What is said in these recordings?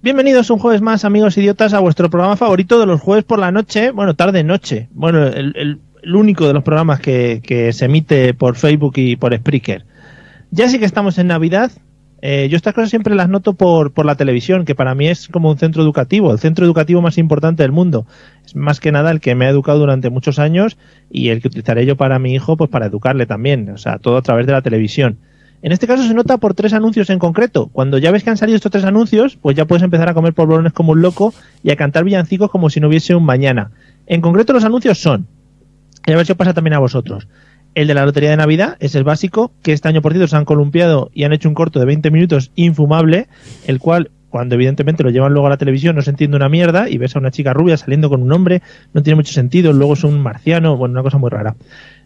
Bienvenidos un jueves más, amigos idiotas, a vuestro programa favorito de los jueves por la noche, bueno, tarde-noche. Bueno, el, el- el único de los programas que, que se emite por Facebook y por Spreaker. Ya sí que estamos en Navidad. eh, yo estas cosas siempre las noto por, por la televisión, que para mí es como un centro educativo, el centro educativo más importante del mundo. Es más que nada el que me ha educado durante muchos años y el que utilizaré yo para mi hijo, pues para educarle también. O sea, todo a través de la televisión. En este caso se nota por tres anuncios en concreto. Cuando ya ves que han salido estos tres anuncios, pues ya puedes empezar a comer polvorones como un loco y a cantar villancicos como si no hubiese un mañana. En concreto los anuncios son, y a ver si os pasa también a vosotros, el de la Lotería de Navidad, ese es básico, que este año por cierto se han columpiado y han hecho un corto de 20 minutos infumable, el cual cuando evidentemente lo llevan luego a la televisión no se entiende una mierda y ves a una chica rubia saliendo con un hombre, no tiene mucho sentido, luego es un marciano, bueno, una cosa muy rara.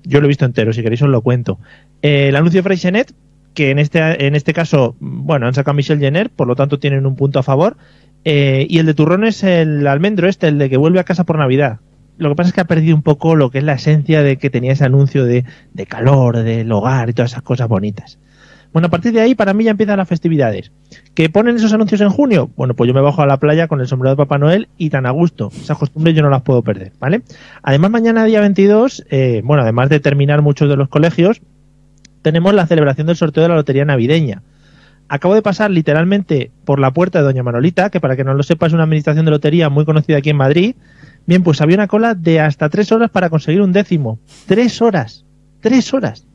Yo lo he visto entero, si queréis os lo cuento. Eh, el anuncio de Freixenet, que en este, en este caso, bueno, han sacado a Michelle Jenner, por lo tanto tienen un punto a favor. Eh, y el de turrón es el almendro este, el de que vuelve a casa por Navidad. Lo que pasa es que ha perdido un poco lo que es la esencia de que tenía ese anuncio de, de calor, del hogar y todas esas cosas bonitas. Bueno, a partir de ahí para mí ya empiezan las festividades. ¿Que ponen esos anuncios en junio? Bueno, pues yo me bajo a la playa con el sombrero de Papá Noel y tan a gusto. Esas costumbres yo no las puedo perder, ¿vale? Además, mañana día 22, eh, bueno, además de terminar muchos de los colegios, tenemos la celebración del sorteo de la lotería navideña. Acabo de pasar literalmente por la puerta de Doña Manolita, que para que no lo sepa es una administración de lotería muy conocida aquí en Madrid. Bien, pues había una cola de hasta tres horas para conseguir un décimo. Tres horas. Tres horas.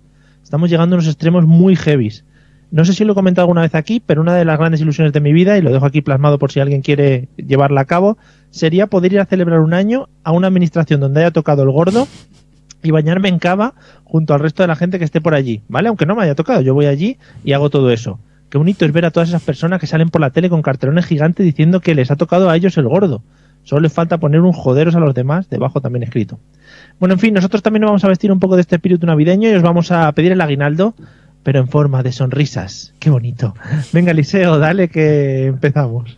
Estamos llegando a unos extremos muy heavies. No sé si lo he comentado alguna vez aquí, pero una de las grandes ilusiones de mi vida, y lo dejo aquí plasmado por si alguien quiere llevarla a cabo, sería poder ir a celebrar un año a una administración donde haya tocado el gordo y bañarme en cava junto al resto de la gente que esté por allí, ¿vale? Aunque no me haya tocado, yo voy allí y hago todo eso. Qué bonito es ver a todas esas personas que salen por la tele con cartelones gigantes diciendo que les ha tocado a ellos el gordo. Solo les falta poner un joderos a los demás, debajo también escrito. Bueno, en fin, nosotros también nos vamos a vestir un poco de este espíritu navideño y os vamos a pedir el aguinaldo, pero en forma de sonrisas. Qué bonito. Venga, Eliseo, dale que empezamos.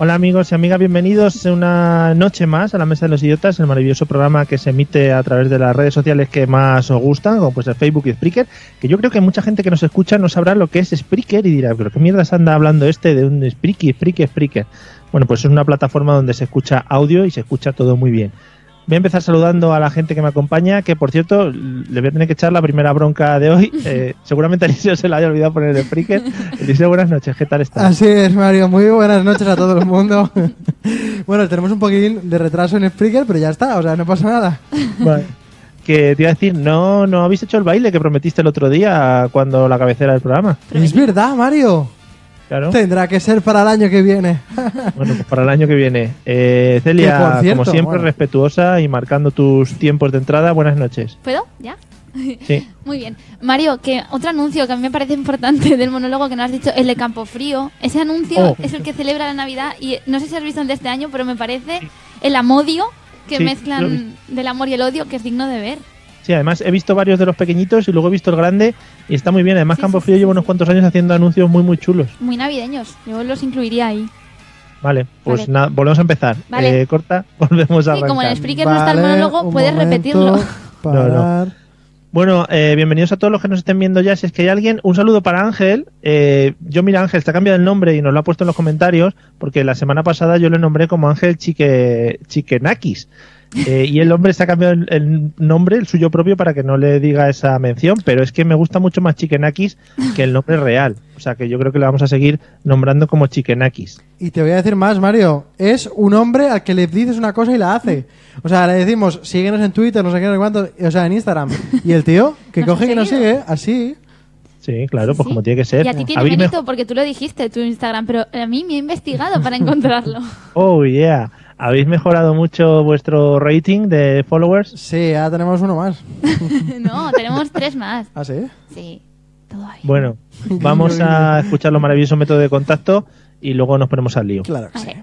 Hola amigos y amigas, bienvenidos una noche más a la Mesa de los Idiotas, el maravilloso programa que se emite a través de las redes sociales que más os gustan, como pues el Facebook y Spreaker, que yo creo que mucha gente que nos escucha no sabrá lo que es Spreaker y dirá, pero qué mierda se anda hablando este de un Spreaky, Spreaker, Spreaker. Bueno, pues es una plataforma donde se escucha audio y se escucha todo muy bien. Voy a empezar saludando a la gente que me acompaña, que por cierto, le voy a tener que echar la primera bronca de hoy. Eh, seguramente a Eliseo se la haya olvidado poner el Spreaker. Eliseo, buenas noches, ¿qué tal estás? Así es, Mario. Muy buenas noches a todo el mundo. bueno, tenemos un poquitín de retraso en Spreaker, pero ya está, o sea, no pasa nada. Vale. Que te iba a decir, no, no habéis hecho el baile que prometiste el otro día cuando la cabecera del programa. Es verdad, Mario. Claro. Tendrá que ser para el año que viene. Bueno, pues para el año que viene. Eh, Que Celia, por cierto, como siempre, bueno. respetuosa y marcando tus tiempos de entrada. Buenas noches. ¿Puedo? ¿Ya? Sí. Muy bien. Mario, que otro anuncio que a mí me parece importante del monólogo que no has dicho, el de Campofrío. Ese anuncio Oh. es el que celebra la Navidad y eh, no sé si has visto el de este año, pero me parece el amodio que Sí, lo he mezclan del amor y el odio que es digno de ver. Sí, además he visto varios de los pequeñitos y luego he visto el grande y está muy bien. Además, Sí, Campo sí, Frío sí, lleva sí, unos sí. cuantos años haciendo anuncios muy, muy chulos. Muy navideños. Yo los incluiría ahí. Vale, pues Vale. nada, volvemos a empezar. Vale. Eh, corta, volvemos a Sí, como en arrancar. el Spreaker no está el monólogo, un puedes momento, repetirlo. Parar. Bueno, eh, bienvenidos a todos los que nos estén viendo ya. Si es que hay alguien, un saludo para Ángel. Eh, yo, mira, Ángel, está cambiado el nombre y nos lo ha puesto en los comentarios, porque la semana pasada yo le nombré como Ángel Chique, Chiquenakis. Eh, y el hombre está cambiado el, el nombre, el suyo propio, para que no le diga esa mención, pero es que me gusta mucho más Chiquenakis que el nombre real. O sea que yo creo que lo vamos a seguir nombrando como Chiquenakis. Y te voy a decir más, Mario. Es un hombre al que le dices una cosa y la hace. O sea, le decimos, síguenos en Twitter, no sé qué, no sé cuánto, o sea, en Instagram. Y el tío, que Nos ha coge y nos seguido. sigue, así. Sí, claro, Sí, pues sí. como tiene que ser. Y a ti tiene Habéis mérito mejor- porque tú lo dijiste tu Instagram, pero a mí me he investigado para encontrarlo. Oh, yeah. ¿Habéis mejorado mucho vuestro rating de followers? Sí, ahora tenemos uno más. no, tenemos tres más. ¿Ah, sí? Sí, todavía. Bueno, vamos a escuchar los maravillosos métodos de contacto y luego nos ponemos al lío. Claro que sí. Vale.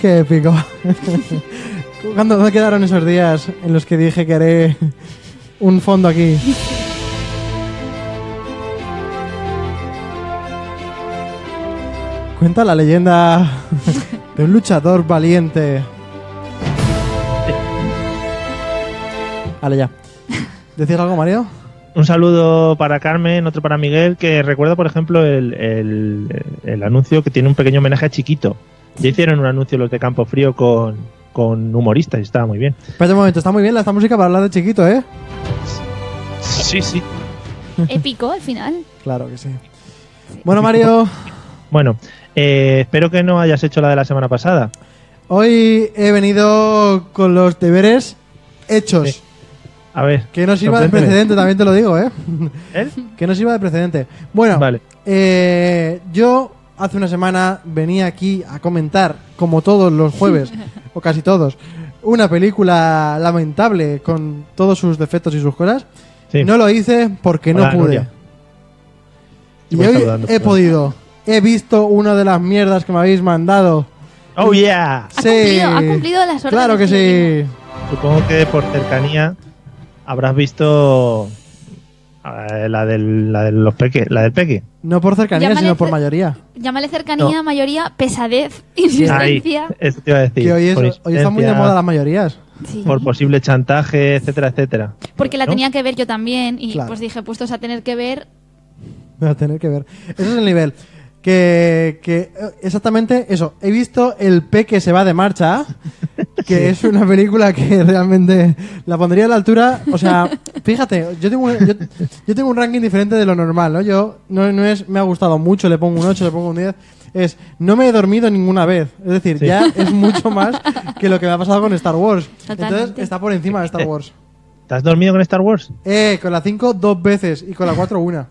Qué épico. ¿Cuándo me quedaron esos días en los que dije que haré un fondo aquí? Cuenta la leyenda de un luchador valiente. Vale, ya. ¿Decías algo, Mario? Un saludo para Carmen, otro para Miguel, que recuerda, por ejemplo, el, el- el anuncio que tiene un pequeño homenaje a Chiquito. Ya hicieron un anuncio los de Campo Frío con, con humoristas y estaba muy bien. Espérate un momento, está muy bien la- esta música para hablar de chiquito, ¿eh? Sí, sí. Épico al final. Claro que sí. Bueno, Mario, Bueno, eh, espero que no hayas hecho la de la semana pasada. hoy he venido con los deberes hechos. Sí. A ver. Que no sirva de sorpréndeme. precedente, también te lo digo, ¿eh? ¿Eh? Que no sirva de precedente. Bueno, Vale. eh, yo hace una semana venía aquí a comentar, como todos los jueves, o casi todos, una película lamentable con todos sus defectos y sus cosas. Sí. No lo hice porque Hola, no pude. Nuria. Y Voy hoy saludando, he perdón. podido. He visto una de las mierdas que me habéis mandado. Oh, yeah. Ha cumplido- ha cumplido las Claro que órdenes que sí. Supongo que por cercanía habrás visto eh, la del, la de los peque, la del peque. No por cercanía, Llámale sino por cer- mayoría. Llámale cercanía, No. mayoría, pesadez, Ahí, insistencia. eso te iba a decir. que hoy, es- por hoy están muy de insistencia, moda las mayorías. Sí. por posible chantaje, etcétera, etcétera. Porque la ¿no? tenía que ver yo también y Claro. pues dije, puestos a tener que ver, Voy a tener que ver. Ese es el nivel. Que, que, eh, exactamente eso. He visto El Peque se va de marcha, que es una película que realmente la pondría a la altura. O sea, fíjate, yo tengo un, yo, yo tengo un ranking diferente de lo normal, ¿no? Yo no, no es me ha gustado mucho, le pongo un 8, le pongo un 10. Es no me he dormido ninguna vez. Es decir, Sí. ya es mucho más que lo que me ha pasado con Star Wars. Entonces Totalmente. está por encima de Star Wars. ¿Te has dormido con Star Wars? Eh, con la 5 dos veces y con la 4 una.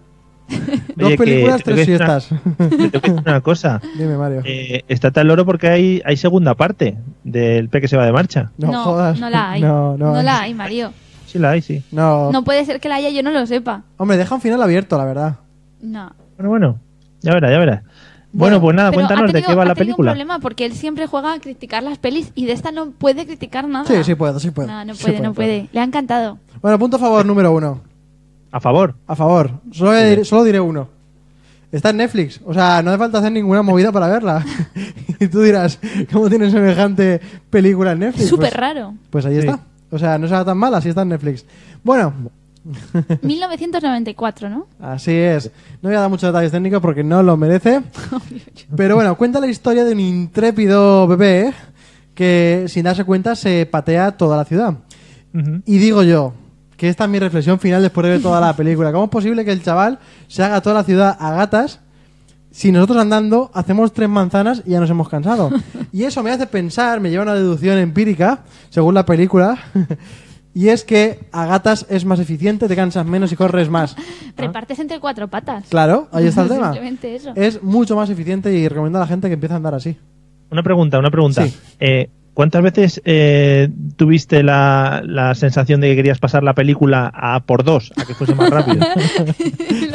Dos Oye, que películas, te voy tres a decir una- siestas. Te voy a decir una cosa. Dime, Mario. Eh, está tan loro porque hay, hay segunda parte del peque se va de marcha. no, no, jodas. no la hay. No, no, la hay, Mario. Sí, la hay, sí. No. No puede ser que la haya, yo no lo sepa. Hombre, deja un final abierto, la verdad. No. Bueno, bueno, ya verás, ya verás. Bueno, pues nada, Pero cuéntanos ha tenido, de qué va ha la tenido película. un problema porque él siempre juega a criticar las pelis y de esta no puede criticar nada. Sí, sí puedo, sí puedo. Ah. No, no Sí puede, no puede. Le ha encantado. Bueno, punto a favor número uno. A favor. A favor. Solo, voy a dir- solo diré uno. Está en Netflix. O sea, no hace falta hacer ninguna movida para verla. y tú dirás, ¿cómo tiene semejante película en Netflix? Súper Pues- raro. Pues ahí Sí. está. O sea, no será tan mala si está en Netflix. Bueno, 1994, ¿no? Así es. No voy a dar muchos detalles técnicos porque no lo merece. Pero bueno, cuenta la historia de un intrépido bebé que sin darse cuenta se patea toda la ciudad. Ujú. Y digo yo, que esta es mi reflexión final después de ver toda la película. ¿Cómo es posible que el chaval se haga toda la ciudad a gatas si nosotros andando hacemos tres manzanas y ya nos hemos cansado? Y eso me hace pensar, me lleva a una deducción empírica, según la película, y es que a gatas es más eficiente, te cansas menos y corres más. Repartes entre cuatro patas. Claro, ahí está el tema. Simplemente eso. Es mucho más eficiente y recomiendo a la gente que empiece a andar así. Una pregunta, una pregunta. Sí. Eh, ¿Cuántas veces eh, tuviste la, la sensación de que querías pasar la película a por dos, a que fuese más rápido?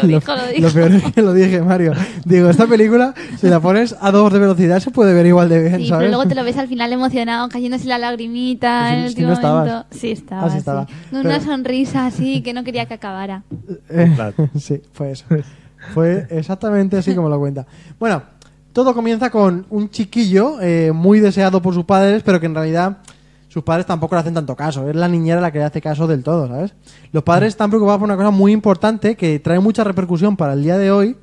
lo dijo, lo dijo. peor es que lo dije, Mario. Digo, esta película, si la pones a dos de velocidad, se puede ver igual de bien, Sí, ¿sabes? pero luego te lo ves al final emocionado, cayéndose la lagrimita Sí, en el sí, último no estabas. momento. Sí, estaba. Ah, sí estaba. sí. Con una Pero- sonrisa así que no quería que acabara. Eh, Claro. sí, fue eso. Fue exactamente así como lo cuenta. Bueno, todo comienza con un chiquillo eh, muy deseado por sus padres, pero que en realidad sus padres tampoco le hacen tanto caso. Es la niñera la que le hace caso del todo, ¿sabes? Los padres están preocupados por una cosa muy importante que trae mucha repercusión para el día de hoy,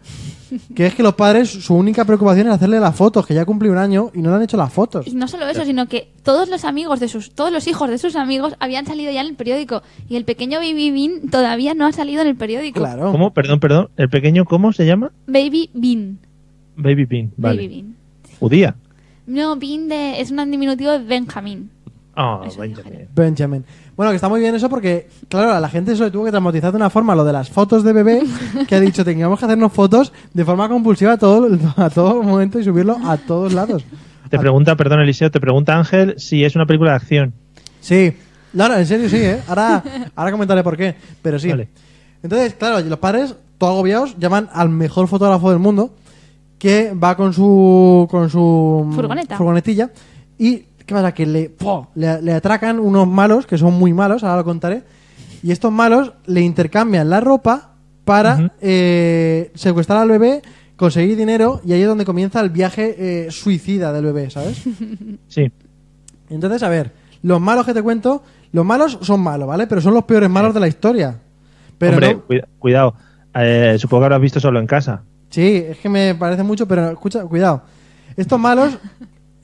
que es que los padres su única preocupación es hacerle las fotos, que ya cumplió un año y no le han hecho las fotos. Y no solo eso, sino que todos los amigos de sus, todos los hijos de sus amigos habían salido ya en el periódico. Y el pequeño Baby Bean todavía no ha salido en el periódico. Claro. ¿Cómo? Perdón, perdón. ¿El pequeño cómo se llama? Baby Bean. Baby Bean. Vale. Baby Bean. Judía. No, Bean de, es un diminutivo de Benjamín. Ah, Eso Benjamin. Benjamin. Bueno, que está muy bien eso porque, claro, a la gente eso le tuvo que traumatizar de una forma lo de las fotos de bebé, que ha dicho, tengamos que hacernos fotos de forma compulsiva a todo, a todo momento y subirlo a todos lados. Te pregunta, perdón, Eliseo, te pregunta Ángel si es una película de acción. Sí. No, no, en serio sí, ¿eh? Ahora, ahora comentaré por qué, pero sí. Vale. Entonces, claro, los padres, todo agobiados, llaman al mejor fotógrafo del mundo, que va con su... con su... mm, Furgoneta. furgonetilla, y ¿qué pasa? Que le, ¡po! le, le atracan unos malos, que son muy malos, ahora lo contaré, y estos malos le intercambian la ropa para eh, secuestrar al bebé, conseguir dinero, y ahí es donde comienza el viaje eh, suicida del bebé, ¿sabes? Sí. Entonces, a ver, los malos que te cuento, los malos son malos, ¿vale? Pero son los peores malos de la historia. Pero Hombre, no- cuida- cuidado. Eh, supongo que habrás visto solo en casa. sí, es que me parece mucho, pero escucha, cuidado. Estos malos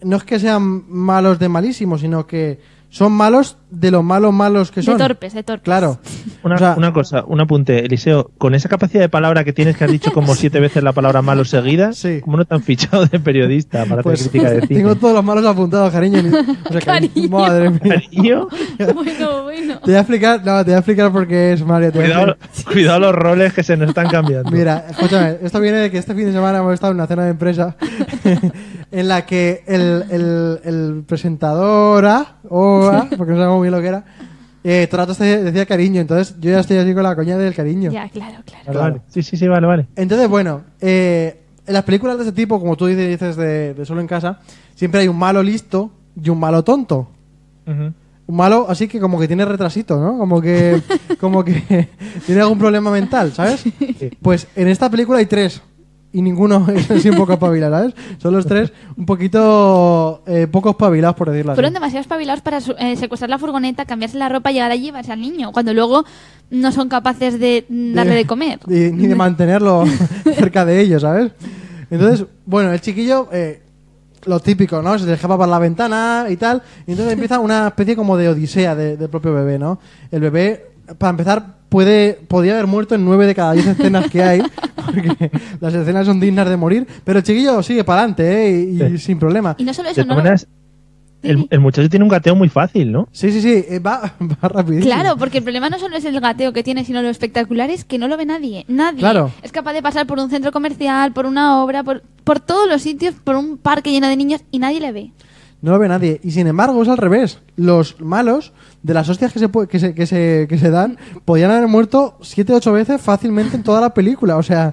no es que sean malos de malísimos, sino que son malos de los malos malos que De son. torpes, de torpes. Claro. Una, O sea, una cosa, un apunte, Eliseo, con esa capacidad de palabra que tienes que has dicho como siete veces la palabra malo seguida, Sí. ¿cómo no te han fichado de periodista para pues, hacer crítica de tengo cine? todos los malos apuntados, cariño. Ni- o sea, Cariño. Madre mía. Cariño, Bueno, bueno. Te voy a explicar, no, te voy a explicar por qué es Mario. te voy a cuidado, explicar. cuidado los roles que se nos están cambiando. Mira, escúchame, esto viene de que este fin de semana hemos estado en una cena de empresa en la que el, el, el presentadora, Oa, porque no sabemos muy bien lo que era, eh, todo el rato se- decía cariño, entonces yo ya estoy así con la coña del cariño. Ya, claro, claro. Vale, vale. Sí, sí, sí, vale, vale. Entonces, bueno, eh, en las películas de ese tipo, como tú dices, dices de, de Solo en Casa, siempre hay un malo listo y un malo tonto. Ujú. Un malo así que como que tiene retrasito, ¿no? Como que, como que tiene algún problema mental, ¿sabes? Pues en esta película hay tres. Y ninguno es así un poco espabilado, ¿sabes? Son los tres un poquito eh, poco espabilados, por decirlo así. Fueron demasiado espabilados para su- eh, secuestrar la furgoneta, cambiarse la ropa, llegar allí y llevarse al niño, cuando luego no son capaces de mm, darle de comer. Y- ni de mantenerlo cerca de ellos, ¿sabes? Entonces, bueno, el chiquillo, eh, lo típico, ¿no? Se le escapa por la ventana y tal. Y entonces empieza una especie como de odisea de- del propio bebé, ¿no? El bebé, para empezar, puede podía haber muerto en nueve de cada diez escenas que hay, porque las escenas son dignas de morir. Pero el chiquillo sigue para adelante, ¿eh? Y, y sin problema. Y no solo De eso, todas no. maneras, el, el muchacho tiene un gateo muy fácil, ¿no? Sí, sí, sí, eh, va, va rapidísimo. Claro, porque el problema no solo es el gateo que tiene, sino lo espectacular es que no lo ve nadie. Nadie Claro. es capaz de pasar por un centro comercial, por una obra, por, por todos los sitios, por un parque lleno de niños y nadie le ve. No lo ve nadie. Y sin embargo, es al revés. Los malos, de las hostias que se, pu- que se, que se, que se dan, podían haber muerto 7 ocho veces fácilmente en toda la película. O sea,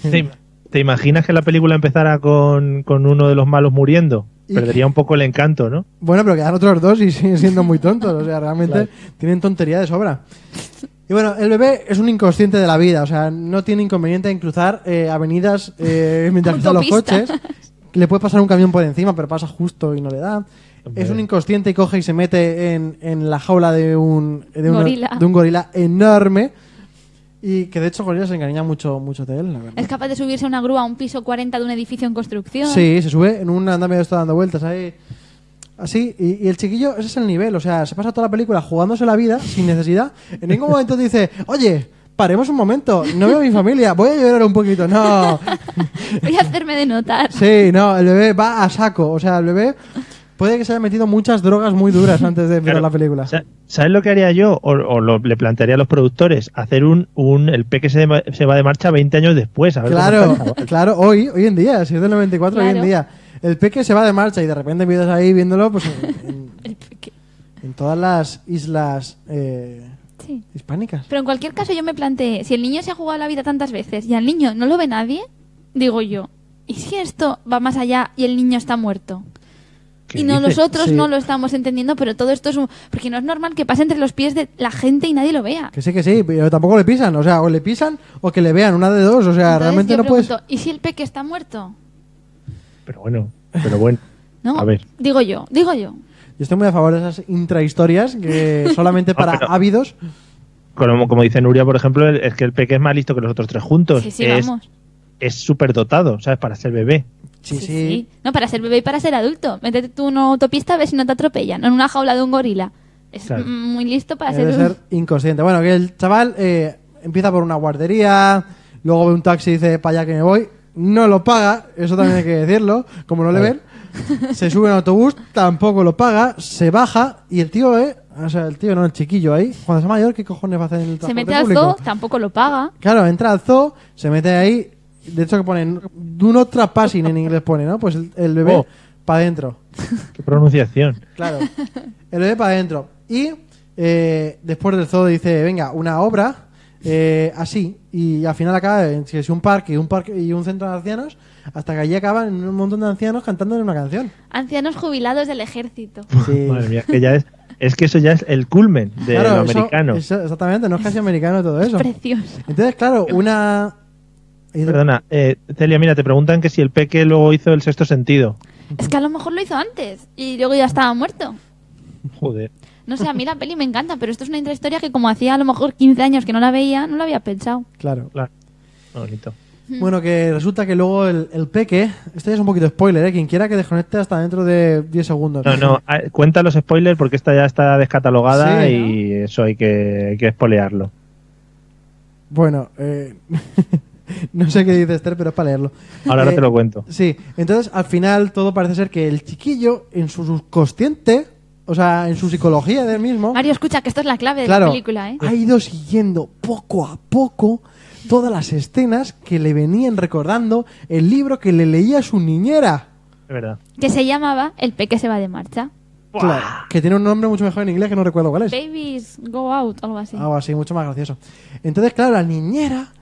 ¿Te, im- te imaginas que la película empezara con, con uno de los malos muriendo? Y- Perdería un poco el encanto, ¿no? bueno, pero quedan otros dos y siguen siendo muy tontos. O sea, realmente tienen tontería de sobra. Y bueno, el bebé es un inconsciente de la vida. O sea, no tiene inconveniente en cruzar eh, avenidas eh, mientras cruzan los Autopista. coches. Le puede pasar un camión por encima, pero pasa justo y no le da. Es un inconsciente y coge y se mete en, en la jaula de un, de, una- Gorila. de un gorila enorme. Y que de hecho gorila se encariña mucho, mucho de él, la verdad. Es capaz de subirse a una grúa a un piso 40 de un edificio en construcción. Sí, se sube en un andamio de esto dando vueltas ahí. Así, y, y el chiquillo, ese es el nivel. O sea, se pasa toda la película jugándose la vida sin necesidad. En ningún momento dice, oye, paremos un momento, no veo a mi familia, voy a llorar un poquito. No, Voy a hacerme de notar. sí, no, el bebé va a saco. O sea, el bebé puede que se haya metido muchas drogas muy duras antes de empezar Claro. la película. Sa- ¿Sabes lo que haría yo? O, o lo- le plantearía a los productores hacer un, un el peque se, de- se va de marcha 20 años después. A ver cómo Claro, está el chaval. claro, hoy, hoy en día, si es del 94, hoy en Claro. día. El peque se va de marcha y de repente empiezas ahí viéndolo pues, en, en- El peque- en todas las islas eh, Sí. hispánicas. Pero en cualquier caso yo me planteé, si el niño se ha jugado la vida tantas veces y al niño no lo ve nadie, digo yo, ¿y si esto va más allá y el niño está muerto? ¿Qué Y no, dices? nosotros Sí. no lo estamos entendiendo, pero todo esto es un... Porque no es normal que pase entre los pies de la gente y nadie lo vea. Que sí, que sí, pero tampoco le pisan. O sea, o le pisan o que le vean, una de dos. O sea, Entonces, realmente yo no puedes. pregunto, ¿Y si el peque está muerto? Pero bueno, pero bueno. ¿No? A ver. Digo yo, digo Yo yo. estoy muy a favor de esas intrahistorias que solamente para pero- ávidos. Como, como dice Nuria, por ejemplo, el- es que el peque es más listo que los otros tres juntos. Sí, sí, es vamos. es súper dotado, ¿sabes? Para ser bebé. Sí, sí. No, para ser bebé y para ser adulto. Métete tú en una autopista a ver si no te atropellan. En una jaula de un gorila. Es Claro. mm, muy listo para Debe ser... ser inconsciente. Bueno, que el chaval eh, empieza por una guardería, luego ve un taxi y dice, para allá que me voy. No lo paga, eso también hay que decirlo, como no le ven. Se sube en autobús, tampoco lo paga, se baja y el tío, eh, o sea, el tío no, el chiquillo ahí, cuando sea mayor, ¿qué cojones va a hacer en el Se transporte mete al público? zoo, tampoco lo paga. Claro, entra al zoo, se mete ahí. De hecho, que ponen do not trespassing en inglés, pone, ¿no? Pues el, el bebé Oh. para adentro. Qué pronunciación. Claro. El bebé para adentro. Y eh, después del zoo dice, venga, una obra eh, así. Y al final acaba en si es un parque y un parque y un centro de ancianos, hasta que allí acaban un montón de ancianos cantando en una canción. Ancianos jubilados del ejército. Sí. Madre mía, que ya es, es que eso ya es el culmen de Claro, lo eso- americano. eso- exactamente, no es casi americano todo eso. Precioso. Entonces, claro, una... Perdona, eh, Celia, mira, te preguntan que si el peque luego hizo el sexto sentido. Es que a lo mejor lo hizo antes y luego ya estaba muerto. Joder. No sé, a mí la peli me encanta, pero esto es una intrahistoria que como hacía a lo mejor 15 años que no la veía, no la había pensado. Claro. Claro. Bonito. Mm. Bueno, que resulta que luego el, el peque, esto ya es un poquito spoiler, ¿eh? quien quiera que desconecte hasta dentro de 10 segundos. No, no, ah, cuenta los spoilers porque esta ya está descatalogada Sí, ¿no? y eso hay que, hay que espolearlo. Bueno, eh, no sé qué dice Esther, pero es para leerlo. Ahora, ahora Eh, te lo cuento. Sí, entonces al final todo parece ser que el chiquillo en su subconsciente, o sea, en su psicología del mismo, Mario, escucha, que esto es la clave de claro, la película, ¿eh? ha ido siguiendo poco a poco todas las escenas que le venían recordando el libro que le leía su niñera. Es verdad. Que se llamaba El peque se va de marcha. Claro, que tiene un nombre mucho mejor en inglés que no recuerdo cuál es. Ah, Babies go out, algo así. Algo así, mucho más gracioso. Entonces, claro, la niñera,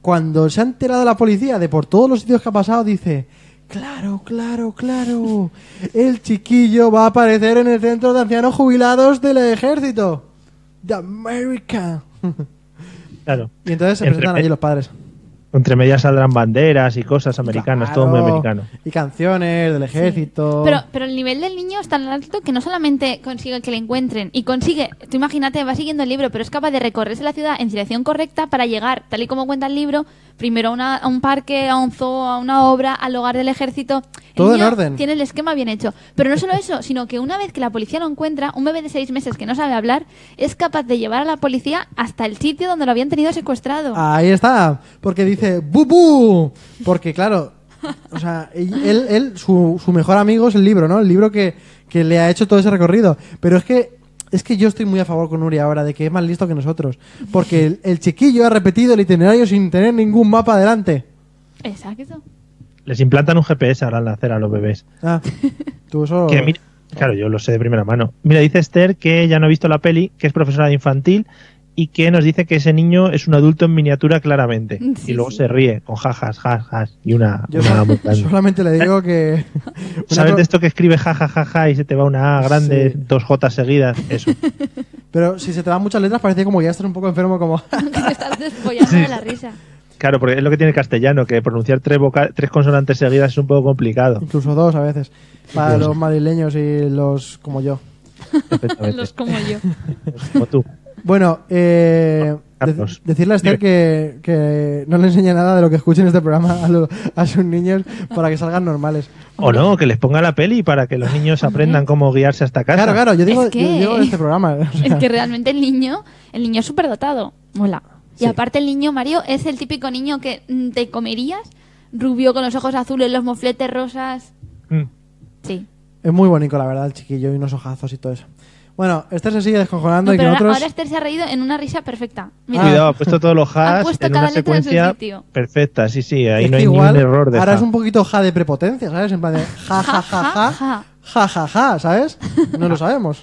cuando se ha enterado la policía de por todos los sitios que ha pasado, dice, claro, claro, claro, el chiquillo va a aparecer en el centro de ancianos jubilados del ejército. De América. Claro. Y entonces se Entre presentan me- allí los padres. Entre medias saldrán banderas y cosas americanas, todo muy Claro, americano. Y canciones del ejército. Pero, pero el nivel del niño es tan alto que no solamente consigue que le encuentren y consigue, tú imagínate, va siguiendo el libro, pero es capaz de recorrerse la ciudad en dirección correcta para llegar, tal y como cuenta el libro, primero a, una- a un parque, a un zoo, a una obra, al hogar del ejército. El Todo en niño orden. Tiene el esquema bien hecho. Pero no solo eso, sino que una vez que la policía lo encuentra, un bebé de seis meses que no sabe hablar es capaz de llevar a la policía hasta el sitio donde lo habían tenido secuestrado. Ahí está, porque dice ¡Bubu! Porque, claro, o sea, él, él su, su mejor amigo es el libro, ¿no? El libro que, que le ha hecho todo ese recorrido. Pero es que, es que yo estoy muy a favor con Uri ahora, de que es más listo que nosotros. Porque el, el chiquillo ha repetido el itinerario sin tener ningún mapa delante. Exacto. Les implantan un GPS ahora al nacer a los bebés. Ah, tú eso- Que mira- claro, yo lo sé de primera mano. Mira, dice Esther que ya no ha visto la peli, que es profesora de infantil y que nos dice que ese niño es un adulto en miniatura claramente. y Sí, luego sí. se ríe con jajas, jajas y una, Yo una so- muy grande. solamente le digo que... una ¿Sabes pro- de esto que escribe jajajaja y se te va una A grande, Sí. dos J seguidas? Eso. Pero si se te dan muchas letras parece como que ya estás un poco enfermo, como... Que te estás despollando de la risa. Claro, porque es lo que tiene el castellano, que pronunciar tres, voca- tres consonantes seguidas es un poco complicado. Incluso dos a veces. Para los madrileños y los como yo. Perfectamente. Los como yo. Como tú. Bueno, eh, Ah, Carlos. de- decirle a Esther que, que no le enseñe nada de lo que escuchen en este programa a, lo- a sus niños para que salgan normales. O no, que les ponga la peli para que los niños aprendan cómo guiarse hasta casa. Claro, claro, yo digo, Es que- yo digo en este programa. o sea, Es que realmente el niño, el niño es súper dotado. Mola. Y aparte el niño, Mario, es el típico niño que mm, te comerías, rubio con los ojos azules, los mofletes rosas. Mm. Sí. es muy bonito, la verdad, el chiquillo y unos ojazos y todo eso. Bueno, Esther se sigue descojonando No, y que pero ahora, nosotros. ahora Esther se ha reído en una risa perfecta. Mira, Cuidado, ha puesto todos los Ah. Ha has puesto en cada una letra en su secuencia sitio. perfecta. Sí, sí, ahí es no que hay igual, ningún error de ahora ja. es un poquito ja de prepotencia, ¿sabes? En plan de ja, ja, ja, ja, ja. ja, ja, ja, ¿sabes? No lo sabemos.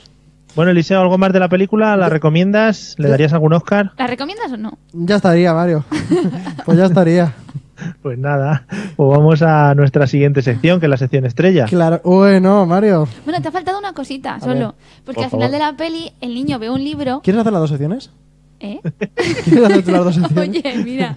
Bueno, Eliseo, ¿algo más de la película? Pues ¿La recomiendas? ¿Le darías algún Oscar? ¿La recomiendas o no? Ya estaría, Mario. Pues ya estaría. Pues nada, pues vamos a nuestra siguiente sección, que es la sección estrella. Claro. Uy, no, Mario. Bueno, te ha faltado una cosita solo. porque por al final favor. de la peli, el niño ve un libro. ¿Quieres hacer las dos secciones? ¿Eh? ¿Quieres hacer tú las dos secciones? Oye, mira.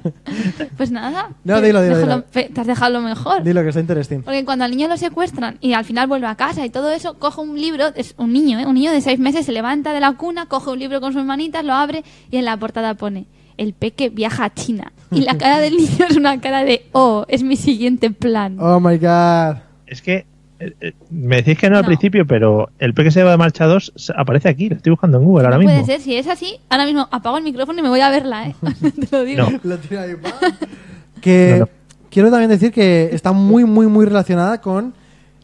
Pues nada. No, te- dilo, dilo, déjalo- dilo. pe- Te has dejado lo mejor. Dilo que está interesting. Porque cuando al niño lo secuestran y al final vuelve a casa y todo eso, coge un libro, es un niño, ¿eh? un niño de seis meses se levanta de la cuna, coge un libro con sus manitas, lo abre y en la portada pone, el peque viaja a China. Y la cara del niño es una cara de, oh, es mi siguiente plan. Oh my god. Es que eh, eh, me decís que no al No. principio, pero el P que se va de marcha 2 se- aparece aquí, lo estoy buscando en Google no ahora puede mismo. ser, si es así, ahora mismo apago el micrófono y me voy a verla, ¿eh? Te lo digo. No. La tira ahí, ¡pam! Que No, no. quiero también decir que está muy, muy, muy relacionada con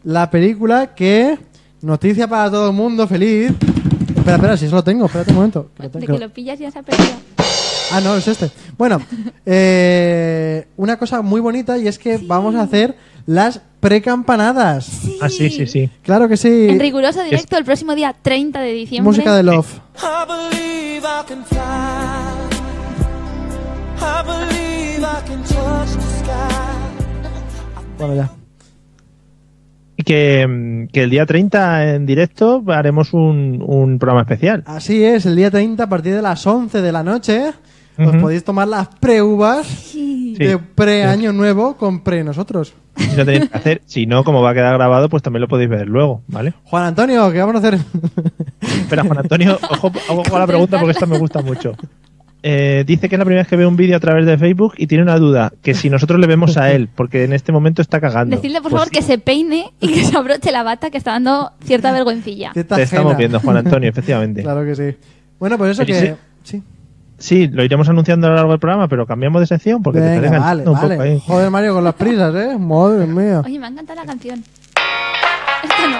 la película que. Noticia para todo el mundo, feliz. Espera, espera, si eso lo tengo, espérate un momento. que lo De tengo. que lo pillas ya se ha perdido. Ah, no, es este. Bueno, eh, una cosa muy bonita y es que vamos a hacer las precampanadas. Ah, sí, sí, sí. Claro que sí. En riguroso directo el próximo día 30 de diciembre. Música de Love. I believe I can fly. I believe I can touch the sky. Bueno, ya. Y que, mm, que el día 30 en directo haremos un, un programa especial. Así es, el día 30 a partir de las 11 de la noche os Ujú. podéis tomar las pre-uvas de Sí. pre-año nuevo con pre-nosotros. Si no tenéis que hacer, si no, como va a quedar grabado, pues también lo podéis ver luego, ¿vale? Juan Antonio, ¿qué vamos a hacer? Espera, Juan Antonio, ojo, ojo a la pregunta porque esta me gusta mucho. Eh, dice que es la primera vez que ve un vídeo a través de Facebook y tiene una duda, que si nosotros le vemos a él, porque en este momento está cagando. Decidle, por Pues favor, que se peine y que se abroche la bata, que está dando cierta vergüencilla. Teta Te estamos ajena. viendo, Juan Antonio, efectivamente. Claro que sí. Bueno, pues eso Pero que... ese- Sí. Sí, lo iremos anunciando a lo largo del programa, pero cambiamos de sección porque te Venga, estás vale, enganchando un poco vale. ahí. Joder, Mario, con las prisas, ¿eh? Madre mía. Oye, me ha encantado la canción. Esto no.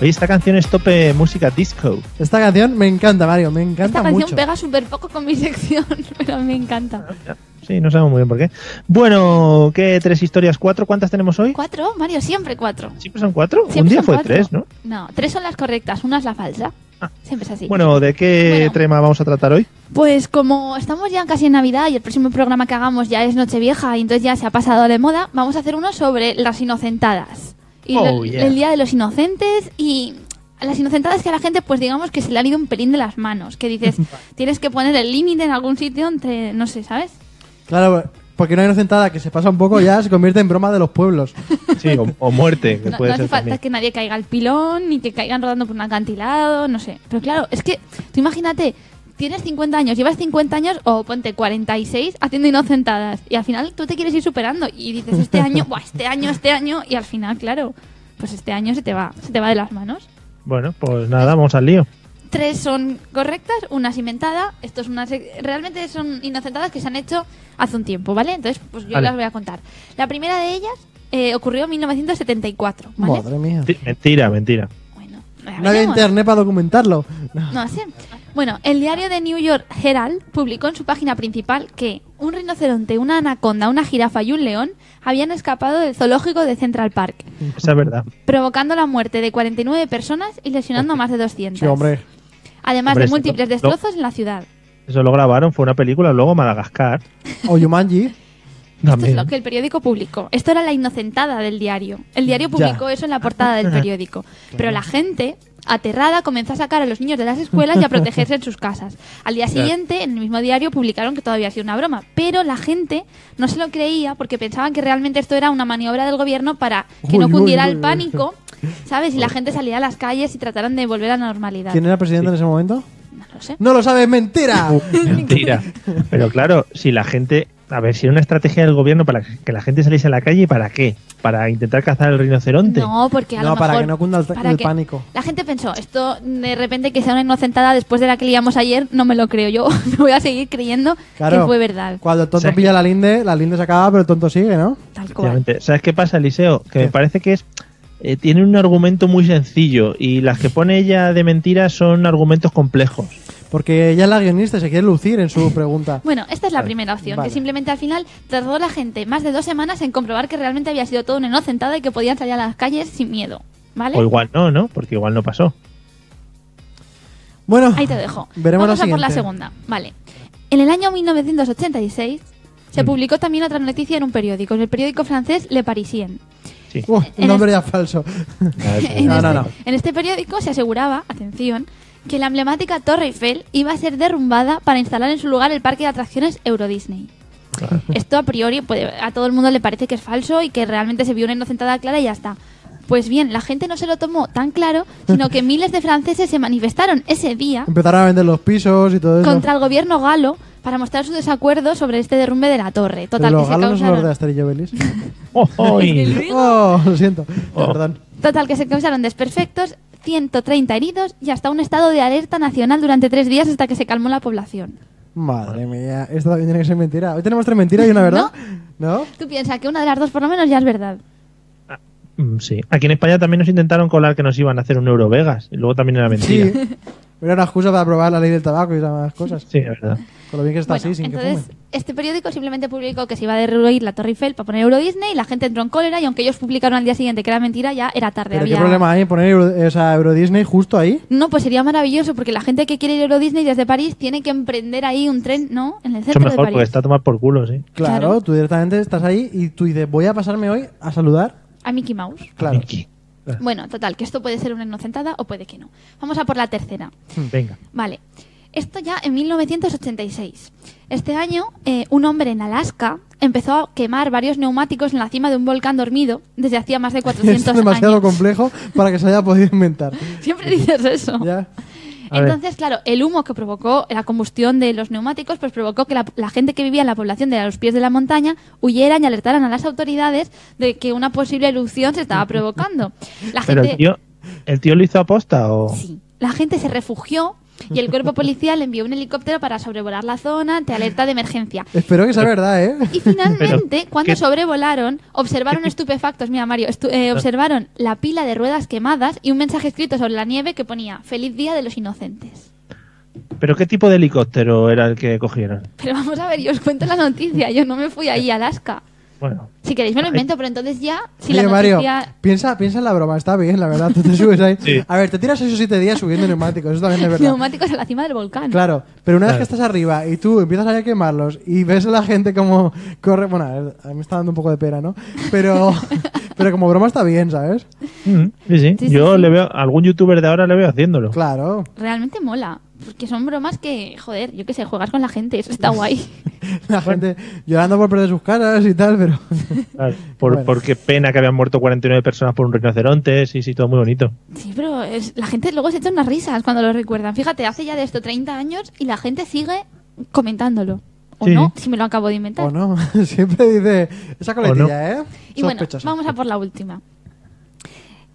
Oye, esta canción es tope música disco. Esta canción me encanta, Mario, me encanta Esta canción mucho. pega súper poco con mi sección, pero me ¿Ah, encanta. Sí, no sabemos muy bien por qué. Bueno, ¿qué? ¿Tres historias? ¿Cuatro? ¿Cuántas tenemos hoy? ¿Cuatro? Mario, siempre cuatro. ¿Siempre son cuatro? Siempre Un día son fue cuatro. tres, ¿no? Ah. No, tres son las correctas, una es la falsa. Siempre es así. Bueno, ¿de qué Bueno. tema vamos a tratar hoy? Pues como estamos ya casi en Navidad y el próximo programa que hagamos ya es Nochevieja y entonces ya se ha pasado de moda, vamos a hacer uno sobre las inocentadas. Y Oh, lo- yeah. el Día de los Inocentes y a las inocentadas que a la gente pues digamos que se le han ido un pelín de las manos, que dices, tienes que poner el límite en algún sitio entre, no sé, ¿sabes? Claro, porque una inocentada que se pasa un poco ya se convierte en broma de los pueblos. Sí, o, o muerte, que No, puede no hace ser falta también. que nadie caiga al pilón, ni que caigan rodando por un acantilado, no sé. Pero claro, es que tú imagínate, tienes 50 años, llevas 50 años o ponte 46 haciendo inocentadas y al final tú te quieres ir superando y dices este año, buah, este año, este año y al final, claro, pues este año se te va, se te va de las manos. Bueno, pues nada, vamos al lío. Tres son correctas, una es inventada. Esto es una sec- realmente son inocentadas que se han hecho hace un tiempo, ¿vale? Entonces, pues yo Vale. las voy a contar. La primera de ellas eh, ocurrió en 1974, ¿vale? Madre mía. Ti- Mentira, mentira. Bueno, No había veremos. internet para documentarlo. No sé. Bueno, el diario de New York Herald publicó en su página principal que un rinoceronte, una anaconda, una jirafa y un león habían escapado del zoológico de Central Park, Esa es verdad. provocando la muerte de 49 personas y lesionando a más de 200. Sí, hombre. Además Hombre, de eso múltiples no- destrozos en la ciudad. Eso lo grabaron, fue una película, luego Madagascar. O Yumanji. Esto es También. lo que el periódico publicó. Esto era la inocentada del diario. El diario publicó eso en la portada del periódico. Pero la gente, aterrada, comenzó a sacar a los niños de las escuelas y a protegerse en sus casas. Al día siguiente, en el mismo diario, publicaron que todo había sido una broma. Pero la gente no se lo creía porque pensaban que realmente esto era una maniobra del gobierno para que no Uy, uy, cundiera uy, el uy. pánico, ¿sabes? Y la gente salía a las calles y trataran de volver a la normalidad. ¿Quién era el presidente en ese momento? No lo sé. No lo sabes, mentira. Mentira. Pero claro, si la gente a ver, si era una estrategia del gobierno para que la gente saliese a la calle, ¿para qué? ¿Para intentar cazar el rinoceronte? No, porque a No, lo para mejor- que no cunda el- para el que- pánico. La gente pensó, esto de repente que sea una inocentada después de la que liamos ayer, no me lo creo yo. me voy a seguir creyendo Claro. que fue verdad. Cuando el tonto O sea, pilla la linde, la linde se acaba, pero el tonto sigue, ¿no? Tal cual. Efectivamente. ¿Sabes qué pasa, Eliseo? Que ¿Qué? me parece que es. eh, tiene un argumento muy sencillo y las que pone ella de mentiras son argumentos complejos. Porque ella es la guionista y se quiere lucir en su pregunta. Bueno, esta es la primera opción, Vale. que simplemente al final tardó la gente más de dos semanas en comprobar que realmente había sido todo una inocentada y que podían salir a las calles sin miedo. ¿Vale? O igual no, ¿no? Porque igual no pasó. Bueno, Ahí te dejo. Veremos Vamos la a por la siguiente. segunda. Vale. En el año 1986 Mm. se publicó también otra noticia en un periódico, en el periódico francés Le Parisien. Sí. Uh, En un nombre ya falso. En No, este, no, no. en este periódico se aseguraba, atención, que la emblemática Torre Eiffel iba a ser derrumbada para instalar en su lugar el parque de atracciones Euro Disney. Esto a priori puede- a todo el mundo le parece que es falso y que realmente se vio una inocentada clara y ya está. Pues bien, la gente no se lo tomó tan claro, sino que miles de franceses se manifestaron ese día Empezaron a vender los pisos y todo eso. contra el gobierno galo para mostrar su desacuerdo sobre este derrumbe de la torre. Pero Total, que los se galos no son los de causaron, Asterix y Obelix. ¡Oh, hoy! Oh, lo siento. Oh. Perdón. total, que se causaron desperfectos, 130 heridos y hasta un estado de alerta nacional durante tres días hasta que se calmó la población. Madre mía, esto también tiene que ser mentira. Hoy tenemos tres mentiras y una verdad. ¿No? Tú piensas que una de las dos por lo menos ya es verdad. Mm, Sí. Aquí en España también nos intentaron colar que nos iban a hacer un Euro Vegas y luego también era mentira. Sí. Era una excusa para probar la ley del tabaco y demás cosas. Sí, es verdad. Con lo bien que está Bueno, así, sin entonces, que fume. este periódico simplemente publicó que se iba a derruir la Torre Eiffel para poner Euro Disney y la gente entró en cólera y aunque ellos publicaron al día siguiente que era mentira, ya era tarde. ¿Pero había- qué problema hay en poner Euro, esa Euro Disney justo ahí? No, pues sería maravilloso porque la gente que quiere ir a Euro Disney desde París tiene que emprender ahí un tren, ¿no? En el Eso centro de mejor París. porque está a tomar por culo, sí. Claro, Claro. tú directamente estás ahí y tú dices, voy a pasarme hoy a saludar. A Mickey Mouse. Claro. Miki. Bueno, total, que esto puede ser una inocentada o puede que no. Vamos a por la tercera. Hmm. Venga. Vale. Esto ya en 1986. Este año, eh, un hombre en Alaska empezó a quemar varios neumáticos en la cima de un volcán dormido desde hacía más de 400 Es demasiado años. complejo para que se haya podido inventar. Siempre dices eso. Ya. A ver. Entonces, claro, el humo que provocó la combustión de los neumáticos, pues provocó que la, la gente que vivía en la población de los pies de la montaña huyeran y alertaran a las autoridades de que una posible erupción se estaba provocando. La Pero el gente- tío, ¿el tío lo hizo aposta Oh. o...? Sí. La gente se refugió y el cuerpo policial envió un helicóptero para sobrevolar la zona ante alerta de emergencia. Espero que sea verdad, ¿eh? Y finalmente, Pero, cuando ¿qué- sobrevolaron, observaron estupefactos, mira Mario, estu- eh, Ah. observaron la pila de ruedas quemadas y un mensaje escrito sobre la nieve que ponía Feliz Día de los Inocentes. ¿Pero qué tipo de helicóptero era el que cogieron? Pero vamos a ver, yo os cuento la noticia, yo no me fui ahí a Alaska. Bueno, Si queréis me lo invento, pero entonces ya, si Oye, la Mario, noticia... piensa, piensa en la broma, está bien, la verdad. Tú te subes ahí. Sí. A ver, te tiras esos siete días subiendo neumáticos, eso también es verdad. Neumáticos a la cima del volcán. Claro, pero una vez que Claro. estás arriba y tú empiezas a quemarlos y ves a la gente como corre, bueno, a ver, a mí me está dando un poco de pena, ¿no? Pero, pero como broma está bien, ¿sabes? mm, sí, sí. Sí, sí, Yo sí. le veo... Algún youtuber de ahora le veo haciéndolo. Claro. Realmente mola, porque son bromas que, joder, yo qué sé, juegas con la gente, eso está guay. La gente llorando por perder sus caras y tal, pero Claro, por, Bueno. Porque pena que habían muerto 49 personas por un rinoceronte, sí, sí, todo muy bonito. Sí, pero es- la gente luego se echa unas risas cuando lo recuerdan. Fíjate, hace ya de esto 30 años y la gente sigue comentándolo. O Sí. no, si me lo acabo de inventar. o no, siempre dice esa coletilla, ¿eh? y bueno, Sospechosa. vamos a por la última.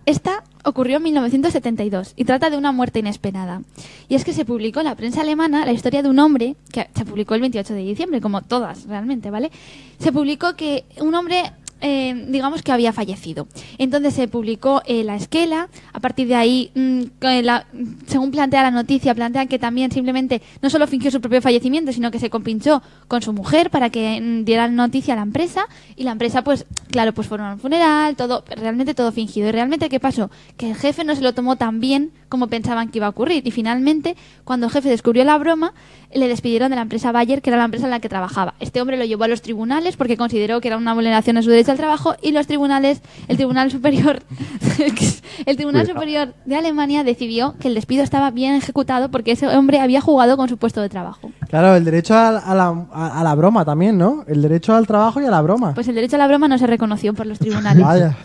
Esta ocurrió en 1972 y trata de una muerte inesperada. Y es que se publicó en la prensa alemana la historia de un hombre, que se publicó el 28 de diciembre, como todas realmente, ¿vale? Se publicó que un hombre, eh, digamos que había fallecido. Entonces se publicó eh, la esquela, a partir de ahí, mm, que la- según plantea la noticia, plantean que también simplemente no solo fingió su propio fallecimiento, sino que se compinchó con su mujer para que mm, diera noticia a la empresa y la empresa, pues, claro, pues fueron a un funeral, todo, realmente todo fingido. Y realmente, ¿qué pasó? Que el jefe no se lo tomó tan bien como pensaban que iba a ocurrir. Y finalmente, cuando el jefe descubrió la broma, le despidieron de la empresa Bayer, que era la empresa en la que trabajaba. Este hombre lo llevó a los tribunales porque consideró que era una vulneración a su derecho al trabajo y los tribunales, el Tribunal Superior, el Tribunal Cuidado. Superior de Alemania decidió que el despido estaba bien ejecutado porque ese hombre había jugado con su puesto de trabajo. Claro, el derecho a, a la, a- a la broma también, ¿no? El derecho al trabajo y a la broma. Pues el derecho a la broma no se reconoció por los tribunales. Vaya.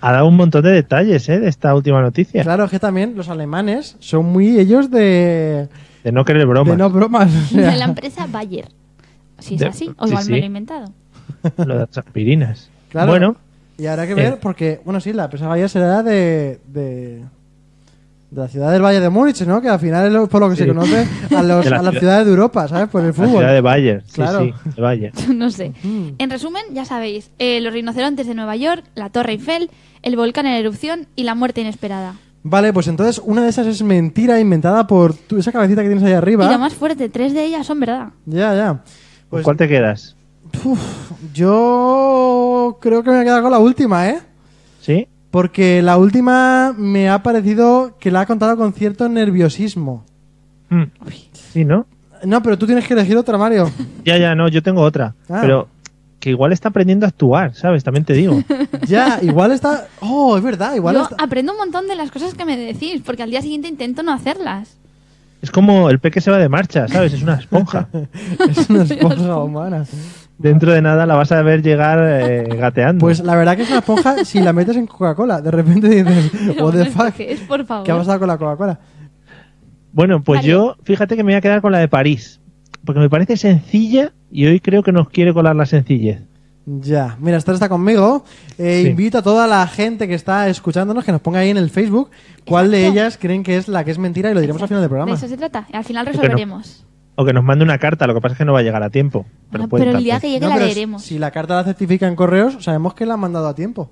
Ha dado un montón de detalles, ¿eh? De esta última noticia. Claro, es que también los alemanes son muy ellos de, De no querer broma. de no bromas. o sea. de la empresa Bayer. Si es De- así, o sí, igual me sí. lo he inventado. Lo de las aspirinas. Claro. Bueno, Y habrá que ver, Eh. porque, bueno, sí, la presa Bayer será de, de, de la ciudad del Valle de Múnich, ¿no? Que al final es lo- por lo que se Sí. conoce a, los- De la a las ciudad- ciudades de Europa, ¿sabes? Por el la fútbol. ciudad de Bayer. Sí, Claro. sí, de Bayer. no sé. En resumen, ya sabéis, eh, los rinocerontes de Nueva York, la Torre Eiffel, el volcán en erupción y la muerte inesperada. Vale, pues entonces una de esas es mentira inventada por tú, esa cabecita que tienes ahí arriba. Y lo más fuerte, tres de ellas son verdad. Ya, ya. ¿Con Pues ¿Cuál te quedas? yo creo que me voy a quedar con la última, ¿eh? ¿Sí? Porque la última me ha parecido que la ha contado con cierto nerviosismo. Mm. Sí, ¿no? No, pero tú tienes que elegir otra, Mario. Ya, ya, no, yo tengo otra. Ah. Pero que igual está aprendiendo a actuar, ¿sabes? También te digo. ya, igual está... Oh, es verdad, igual Yo está... aprendo un montón de las cosas que me decís, porque al día siguiente intento no hacerlas. Es como el peque se va de marcha, ¿sabes? Es una esponja. Es una esponja humana. Dentro de nada la vas a ver llegar eh, gateando. Pues la verdad que es una esponja si la metes en Coca-Cola. De repente dices, Pero what the bueno, ¿esto fuck, qué es? Por favor. ¿qué ha pasado con la Coca-Cola? Bueno, pues Vale. yo, fíjate que me voy a quedar con la de París. Porque me parece sencilla y hoy creo que nos quiere colar la sencillez. Ya, mira, Esther está conmigo. Eh, Sí. Invito a toda la gente que está escuchándonos que nos ponga ahí en el Facebook cuál de ellas creen que es la que es mentira y lo diremos al final del De programa. eso se trata. Al final no. resolveremos. O que nos mande una carta, lo que pasa es que no va a llegar a tiempo. Pero, Bueno, puede Ah, pero el día tarde. que llegue pues. No, la pero leeremos. Si la carta la certifica en correos, sabemos que la han mandado a tiempo.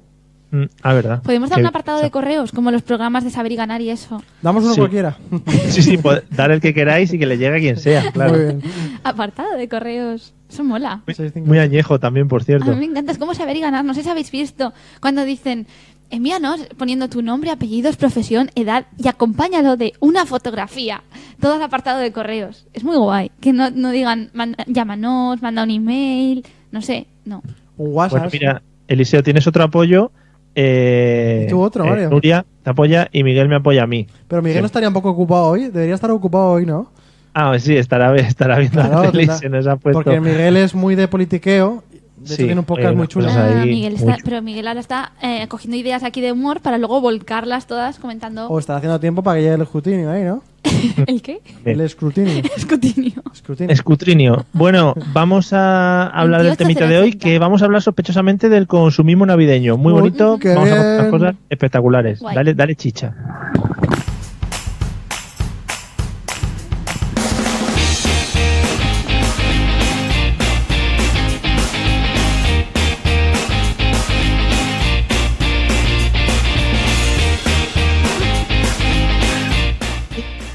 Mm, ah, verdad. Podemos dar Que- un apartado de correos, como los programas de saber y ganar y eso. Damos uno Sí. cualquiera. Sí, sí, pod- dar el que queráis y que le llegue a quien sea, claro. Muy Muy, bien. Apartado de correos. Eso mola. Seis, cinco. añejo también, por A cierto. mí me encanta. Es como saber y ganar. No sé si habéis visto cuando dicen, envíanos poniendo tu nombre, apellidos, profesión, edad y acompáñalo de una fotografía. Todo el apartado de correos. Es muy guay. Que no, no digan, "Manda- llámanos, manda un email. No sé. No. Un WhatsApp. Bueno, Pues mira, Eliseo, tienes otro apoyo. Eh, ¿Y tú otro, eh, Mario? Nuria te apoya y Miguel me apoya a mí. Pero Miguel no estaría un poco ocupado hoy. Debería estar ocupado hoy, ¿no? Ah, sí, estará, estará viendo Claro, la tele y tendrá- se nos ha puesto. Porque Miguel es muy de politiqueo. De hecho, Sí, tiene un podcast oye, muy una chulo. cosa Pues Ah, ahí, Miguel está- mucho. pero Miguel ahora está eh, cogiendo ideas aquí de humor para luego volcarlas todas comentando Oh, O estará haciendo tiempo para que llegue el escrutinio ahí, ¿no? el qué Bien. El escrutinio. escrutinio. Escrutinio. Escutrinio. Bueno, vamos a hablar del 28 temita de hoy, 080. que vamos a hablar sospechosamente del consumismo navideño. Muy Uy, bonito, qué vamos a contar bien. cosas espectaculares. Guay. Dale, dale chicha.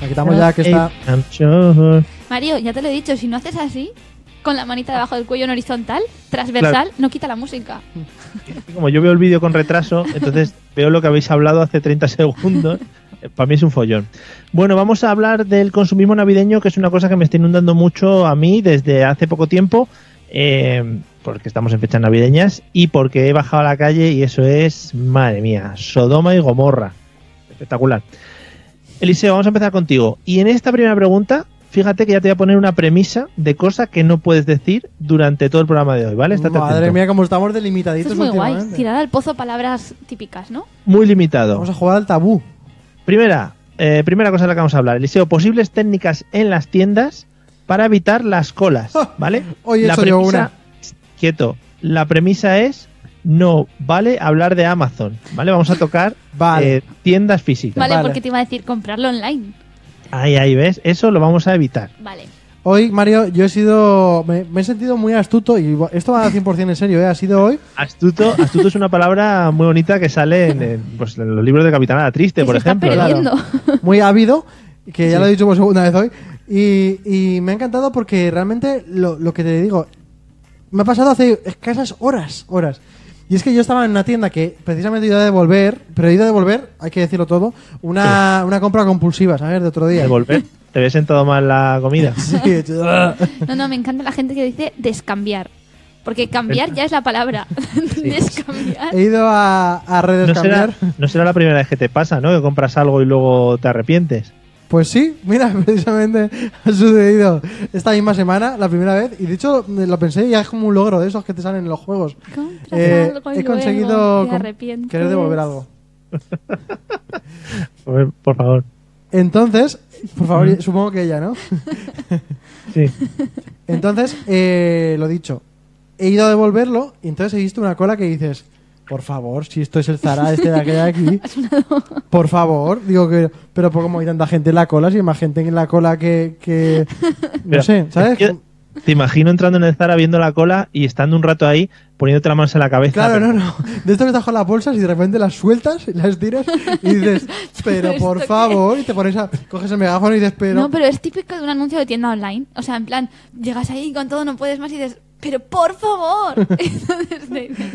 La quitamos ya que está. I'm sure. Mario, ya te lo he dicho, si no haces así, con la manita debajo del cuello en horizontal, transversal, no quita la música. Como yo veo el vídeo con retraso, entonces veo lo que habéis hablado hace 30 segundos. Eh, Para mí es un follón. Bueno, vamos a hablar del consumismo navideño, que es una cosa que me está inundando mucho a mí desde hace poco tiempo, eh, porque estamos en fechas navideñas y porque he bajado a la calle y eso es, madre mía, Sodoma y Gomorra. Espectacular. Eliseo, vamos a empezar contigo. Y en esta primera pregunta, fíjate que ya te voy a poner una premisa de cosas que no puedes decir durante todo el programa de hoy, ¿vale? Estate Madre atento. mía, como estamos Esto delimitaditos es muy guay, últimamente. tirar al pozo palabras típicas, ¿no? Muy limitado. Vamos a jugar al tabú. Primera, eh, primera cosa de la que vamos a hablar, Eliseo, posibles técnicas en las tiendas para evitar las colas, ¿vale? Ah, Hoy he hecho yo una. Quieto. La premisa es no vale hablar de Amazon, ¿vale? Vamos a tocar Vale. eh, tiendas físicas. Vale, Vale. porque te iba a decir comprarlo online. Ahí, ahí ves, eso lo vamos a evitar. Vale. Hoy, Mario, yo he sido. Me, me he sentido muy astuto y esto va 100% en serio, ¿eh? Ha sido hoy. Astuto, astuto es una palabra muy bonita que sale en, en, pues, en los libros de Capitanada Triste, Que por se está ejemplo. perdiendo. muy ávido, que ya lo he dicho por segunda vez hoy. Y, y me ha encantado porque realmente lo, lo que te digo, me ha pasado hace escasas horas, horas. Y es que yo estaba en una tienda que precisamente he ido a devolver, pero he ido a devolver, hay que decirlo todo, una, una compra compulsiva, ¿sabes? De otro día. De volver, te ves sentado mal la comida. Sí, he hecho, "Ah". No, no, me encanta la gente que dice descambiar. Porque cambiar ya es la palabra. descambiar. he ido a, a No será, redescambiar. no será la primera vez que te pasa, ¿no? Que compras algo y luego te arrepientes. Pues sí, mira, precisamente ha sucedido esta misma semana, la primera vez. Y de hecho, lo pensé y ya es como un logro de esos que te salen en los juegos. Compras Eh, algo y he luego conseguido te com- arrepientes. querer devolver algo. A ver, por favor. Entonces, por favor, supongo que ella, ¿no? Sí. Entonces, eh, lo dicho, he ido a devolverlo y entonces he visto una cola que dices, por favor, si esto es el Zara este de aquella de aquí, por favor, digo que, pero por cómo hay tanta gente en la cola, si hay más gente en la cola que, que no Pero, sé, ¿sabes? yo te imagino entrando en el Zara viendo la cola y estando un rato ahí poniéndote la mano en la cabeza. Claro, pero- no, no. De esto que estás con las bolsas y de repente las sueltas, y las tiras y dices, pero ¿Pero por esto favor, y te pones a. coges el megáfono y dices, pero. No, pero es típico de un anuncio de tienda online. O sea, en plan, llegas ahí y con todo, no puedes más y dices, pero por favor. Entonces, de-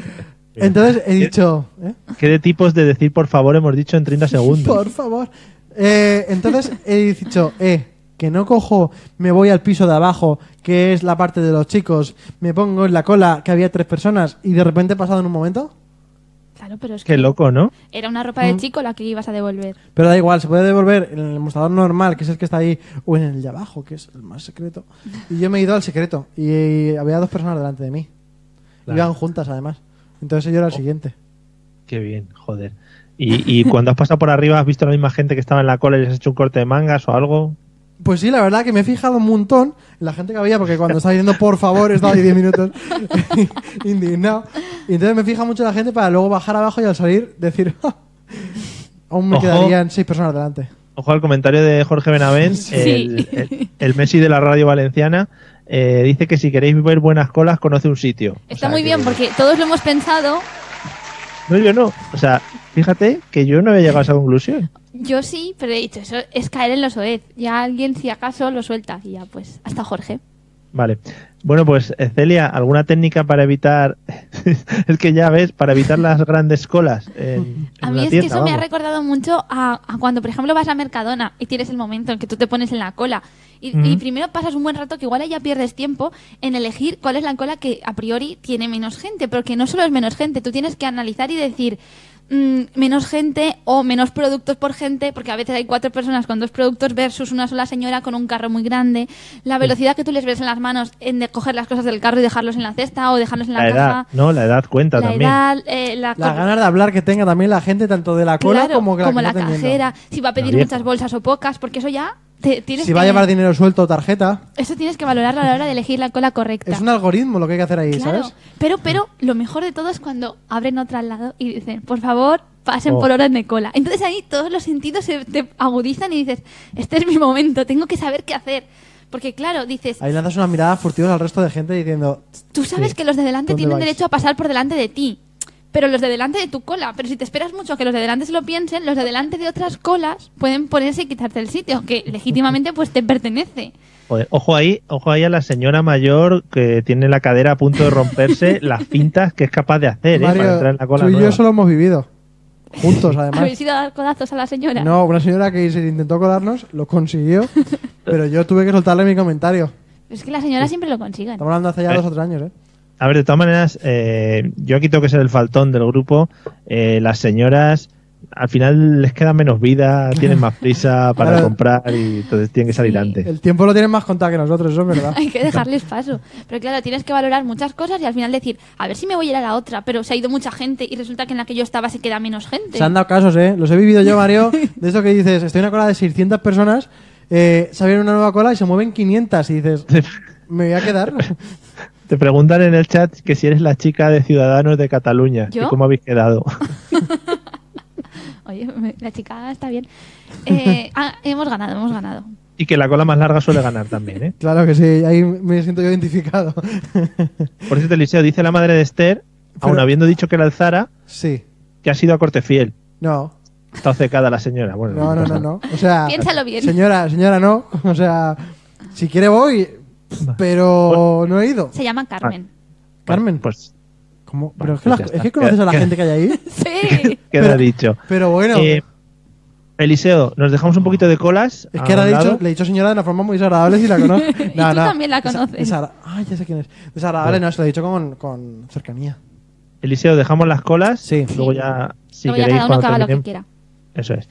Entonces he dicho, ¿eh? ¿Qué de tipos de decir por favor hemos dicho en 30 segundos? por favor. Eh, entonces he dicho, eh, que no cojo, me voy al piso de abajo, que es la parte de los chicos, me pongo en la cola, que había tres personas, y de repente he pasado en un momento. claro, pero es que Qué loco, ¿no? era una ropa de chico la que ibas a devolver. Pero da igual, se puede devolver en el mostrador normal, que es el que está ahí, o en el de abajo, que es el más secreto. Y yo me he ido al secreto, y había dos personas delante de mí. Claro. Oh. Iban juntas, además. Entonces yo era el siguiente. Qué bien, joder. Y, y cuando has pasado por arriba, ¿has visto a la misma gente que estaba en la cola y les has hecho un corte de mangas o algo? Pues sí, la verdad que me he fijado un montón en la gente que había, porque cuando estaba diciendo por favor, estaba ahí 10 minutos indignado. Y entonces me fija mucho en la gente para luego bajar abajo y al salir decir, "Ja, aún me Ojo. quedarían seis personas delante. Ojo al comentario de Jorge Benavent, el, el- el Messi de la radio valenciana. eh, dice que si queréis ver buenas colas, conoce un sitio. O Está sea, muy que- bien porque todos lo hemos pensado. No, yo no. O sea, fíjate que yo no había llegado a esa conclusión. Yo sí, pero he dicho, eso es caer en los OED. Ya alguien, si acaso, lo suelta. Y ya, pues, hasta Jorge. Vale. Bueno, pues eh, Celia, ¿alguna técnica para evitar... es que ya ves, para evitar las grandes colas en, A en mí una es que tienda, eso me ha vamos? recordado mucho a, a cuando, por ejemplo, vas a Mercadona y tienes el momento en que tú te pones en la cola. Y, y primero pasas un buen rato que igual ahí ya pierdes tiempo en elegir cuál es la cola que a priori tiene menos gente. Porque no solo es menos gente, tú tienes que analizar y decir mm, menos gente o menos productos por gente, porque a veces hay cuatro personas con dos productos versus una sola señora con un carro muy grande. La velocidad que tú les ves en las manos en de coger las cosas del carro y dejarlos en la cesta o dejarlos en la, La edad, caja. no, la edad cuenta la también. edad, eh, la, Las cor- ganas de hablar que tenga también la gente, tanto de la cola Claro, como que la, que está atendiendo. cajera, si va a pedir vieja. muchas bolsas o pocas, porque eso ya te, tienes Si va a que- llevar dinero suelto o tarjeta, Eso tienes que valorarlo a la hora de elegir la cola correcta. es un algoritmo lo que hay que hacer ahí, claro, ¿sabes? pero pero lo mejor de todo es cuando abren otra al lado y dicen, "Por favor, pasen Oh. por orden de cola." Entonces ahí todos los sentidos se te agudizan y dices, "Este es mi momento, tengo que saber qué hacer." Porque claro, dices, Ahí lanzas unas miradas furtivas al resto de gente diciendo, tú sabes Sí. que los de delante ¿Dónde tienen vais? derecho a pasar por delante de ti, pero los de delante de tu cola. Pero si te esperas mucho a que los de delante se lo piensen, los de delante de otras colas pueden ponerse y quitarte el sitio, que legítimamente pues te pertenece. Joder, ojo ahí, ojo ahí a la señora mayor que tiene la cadera a punto de romperse, las fintas que es capaz de hacer, ¿eh? para Mario, entrar en la cola. tú y yo nueva. solo hemos vivido. Juntos, además. Habéis ido a dar codazos a la señora. No, una señora que se intentó colarnos, lo consiguió, pero yo tuve que soltarle mi comentario. Es que las señoras siempre lo consiguen. Estamos hablando hace ya Eh. dos o tres años, ¿eh? A ver, de todas maneras, eh, yo aquí tengo que ser el faltón del grupo. Eh, las señoras al final les queda menos vida, tienen más prisa para Claro. comprar y entonces tienen que salir Sí. antes. El tiempo lo tienen más contado que nosotros, eso es verdad. Hay que dejarles paso. Pero claro, tienes que valorar muchas cosas y al final decir, a ver si me voy a ir a la otra, pero se ha ido mucha gente y resulta que en la que yo estaba se queda menos gente. Se han dado casos, ¿eh? Los he vivido yo, Mario, de eso que dices, estoy en una cola de 600 personas, eh, se abre una nueva cola y se mueven 500 y dices, me voy a quedar. Te preguntan en el chat que si eres la chica de Ciudadanos de Cataluña ¿Yo? y cómo habéis quedado. Oye, me- la chica está bien. Eh, ah, hemos ganado, hemos ganado. y que la cola más larga suele ganar también, ¿eh? Claro que sí, ahí me siento yo identificado. Por cierto, Eliseo, dice la madre de Esther, aun Pero- habiendo dicho que era el Zara, Sí. que ha sido a corte fiel. No, Está secada la señora. Bueno, no, no, pasa no, no. O sea, Piénsalo bien. Señora, señora, no. O sea, si quiere voy, pero no he ido. Se llama Carmen. Ah. nada. Carmen. Pues ¿Cómo? Bueno, Pero es que, las- pues ya está. Eh, es que conoces a la gente que hay ahí. Sí. queda Pero- dicho. Pero bueno, Eh, Eliseo, nos dejamos un poquito de colas. es a que ahora un le he, dicho, lado. le he dicho señora de una forma muy desagradable si la conozco. Y tú también la Desa- conoces. desagra- Ay, ya sé quién es. Desagradable, no, se lo he dicho con, con cercanía. Eliseo, dejamos las colas. Sí. Luego ya, si Luego ya queréis, cada uno cuando que haga lo que terminem- quiera. Eso es.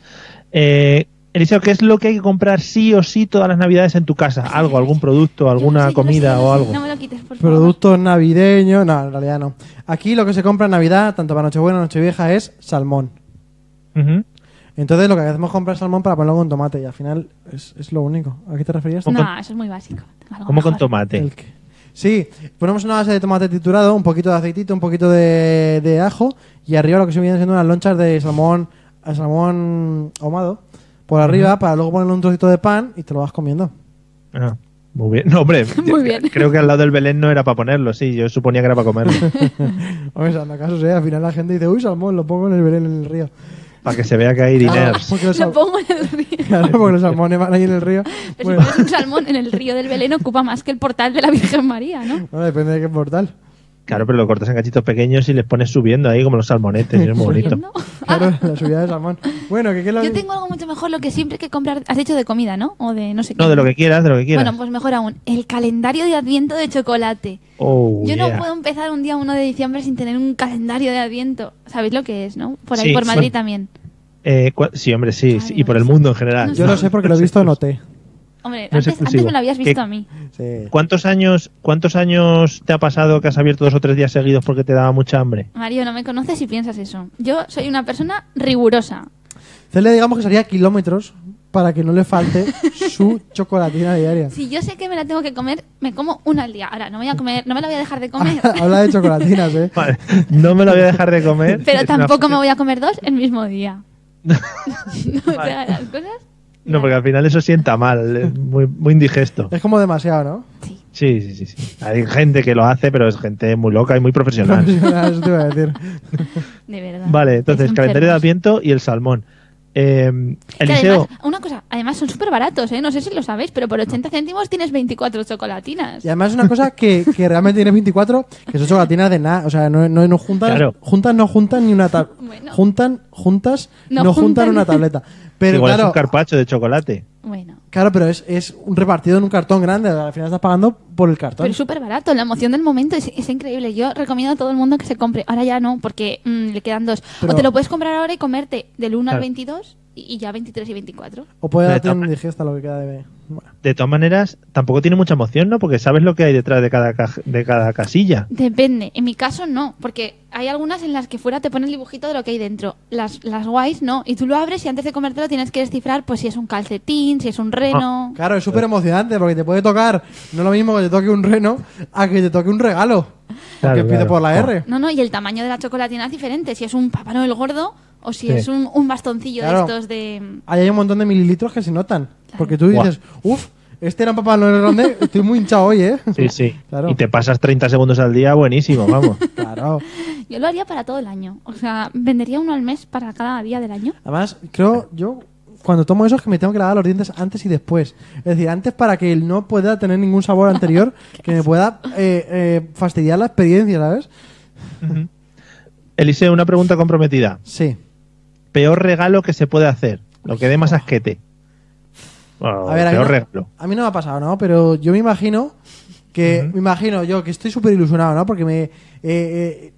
Eh, Eliseo, ¿qué es lo que hay que comprar sí o sí todas las navidades en tu casa? Algo, algún producto, Yo lo alguna sé, yo lo comida sé, yo lo o sé. algo. No me lo quites, por favor. Productos navideños, no, en realidad no. Aquí lo que se compra en Navidad, tanto para Nochebuena, Nochevieja, es salmón. Ujú. Entonces lo que hacemos es comprar salmón para ponerlo con tomate y al final es, es lo único. ¿A qué te referías? No, con- eso es muy básico. Tengo algo Como con mejor. tomate. El que- Sí, ponemos una base de tomate triturado, un poquito de aceitito, un poquito de, de ajo y arriba lo que se vienen siendo unas lonchas de salmón, eh, salmón ahumado por arriba para luego ponerle un trocito de pan y te lo vas comiendo. Ah, muy bien. No, hombre. Muy bien. Creo que al lado del Belén no era para ponerlo, sí. Yo suponía que era para comerlo. Hombre, anda caso sea, al final la gente dice, uy, salmón, lo pongo en el Belén, en el río. Ah, para que se vea que hay diners. Porque los, Lo sal- pongo en el río. claro, porque los salmones van ahí en el río. Pero Bueno, si pones un salmón en el río del Belén ocupa más que el portal de la Virgen María, ¿no? bueno, depende de qué portal. Claro, pero lo cortas en cachitos pequeños y les pones subiendo ahí como los salmonetes. y es muy bonito. ¿No? Claro, la subida de salmón. Bueno, que qué es lo Ah, Yo que- tengo algo mucho mejor, lo que siempre hay que comprar. Has dicho de comida, ¿no? O de no sé qué. No, de lo que quieras, de lo que quieras. Bueno, pues mejor aún, el calendario de Adviento de chocolate. Oh, Yo yeah. no puedo empezar un día 1 de diciembre sin tener un calendario de Adviento. ¿Sabéis lo que es, no? Por ahí, Sí, por Madrid sí. también. Eh, cua- sí, hombre, sí, sí, Ay, Y por el no sé. mundo en general. Yo lo sé porque lo he visto en OT. Hombre, No es antes, antes exclusivo. me lo habías ¿Qué- visto a mí. Sí. ¿Cuántos años, ¿Cuántos años te ha pasado que has abierto dos o tres días seguidos porque te daba mucha hambre? Mario, no me conoces y piensas eso. Yo soy una persona rigurosa. Celia, digamos que sería kilómetros para que no le falte su chocolatina diaria. Si yo sé que me la tengo que comer, me como una al día. Ahora, no, voy a comer, no me la voy a dejar de comer. Habla de chocolatinas, ¿eh? Vale, no me lo voy a dejar de comer. Pero Es tampoco me una- voy a comer dos el mismo día. no, o sea, las cosas. No, porque al final eso sienta mal, eh, muy, muy indigesto. Es como demasiado, ¿no? Sí, sí, sí, sí. Hay gente que lo hace, pero es gente muy loca y muy profesional. Eso te iba a decir. De verdad. Vale, entonces, Es calendario de enfermo. Adviento y el salmón. Eh, Que Eliseo, además, una cosa, además son súper baratos, ¿eh? No sé si lo sabéis, pero por 80 céntimos tienes 24 chocolatinas. Y además es una cosa que, que realmente tiene 24, que son chocolatinas de nada. O sea, no, no, no juntan, Claro. juntan, no juntan ni una tableta. Bueno. Juntan, juntas, no, No juntan juntan. una tableta. Pero igual es claro, un carpacho de chocolate. Bueno, claro, pero es, es un repartido en un cartón grande. o sea, Al final estás pagando por el cartón. pero es súper barato, la emoción del momento es, es increíble. Yo recomiendo a todo el mundo que se compre. Ahora ya no, porque mm, le quedan dos. Pero- o te lo puedes comprar ahora y comerte del 1 Claro. al 22 y, y ya 23 y 24. O puede De darte toma- un digesta lo que queda de... Bueno, De todas maneras, tampoco tiene mucha emoción, ¿no? Porque sabes lo que hay detrás de cada, caj- de cada casilla. Depende, en mi caso no, porque hay algunas en las que fuera te pone el dibujito de lo que hay dentro. Las, las guays no, y tú lo abres y antes de comértelo tienes que descifrar pues si es un calcetín, si es un reno. Ah, claro, es súper emocionante porque te puede tocar... No es lo mismo que te toque un reno a que te toque un regalo. Claro, que empiece claro. Oh. por la R. No, no, y el tamaño de la chocolatina es diferente, si es un Papá Noel gordo o si Sí. es un, un bastoncillo Claro. de estos de... mm, Ahí hay un montón de mililitros que se notan. Porque tú Guau. dices, uff, este era un papá Noel grande, estoy muy hinchado hoy, ¿eh? Sí, sí. Claro. Y te pasas 30 segundos al día, buenísimo, vamos. Claro. Yo lo haría para todo el año, o sea, vendería uno al mes para cada día del año. Además, creo yo, cuando tomo eso es que me tengo que lavar los dientes antes y después. Es decir, antes para que él no pueda tener ningún sabor anterior que me pueda eh, eh, fastidiar la experiencia, ¿sabes? Eliseo, una pregunta comprometida. Sí. Peor regalo que se puede hacer. Lo que dé más asquete. Bueno, Oh. A ver, a mí, peor no, regalo. a mí no me ha pasado, ¿no? Pero yo me imagino que, me imagino yo que estoy súper ilusionado, ¿no? Porque me. eh, eh,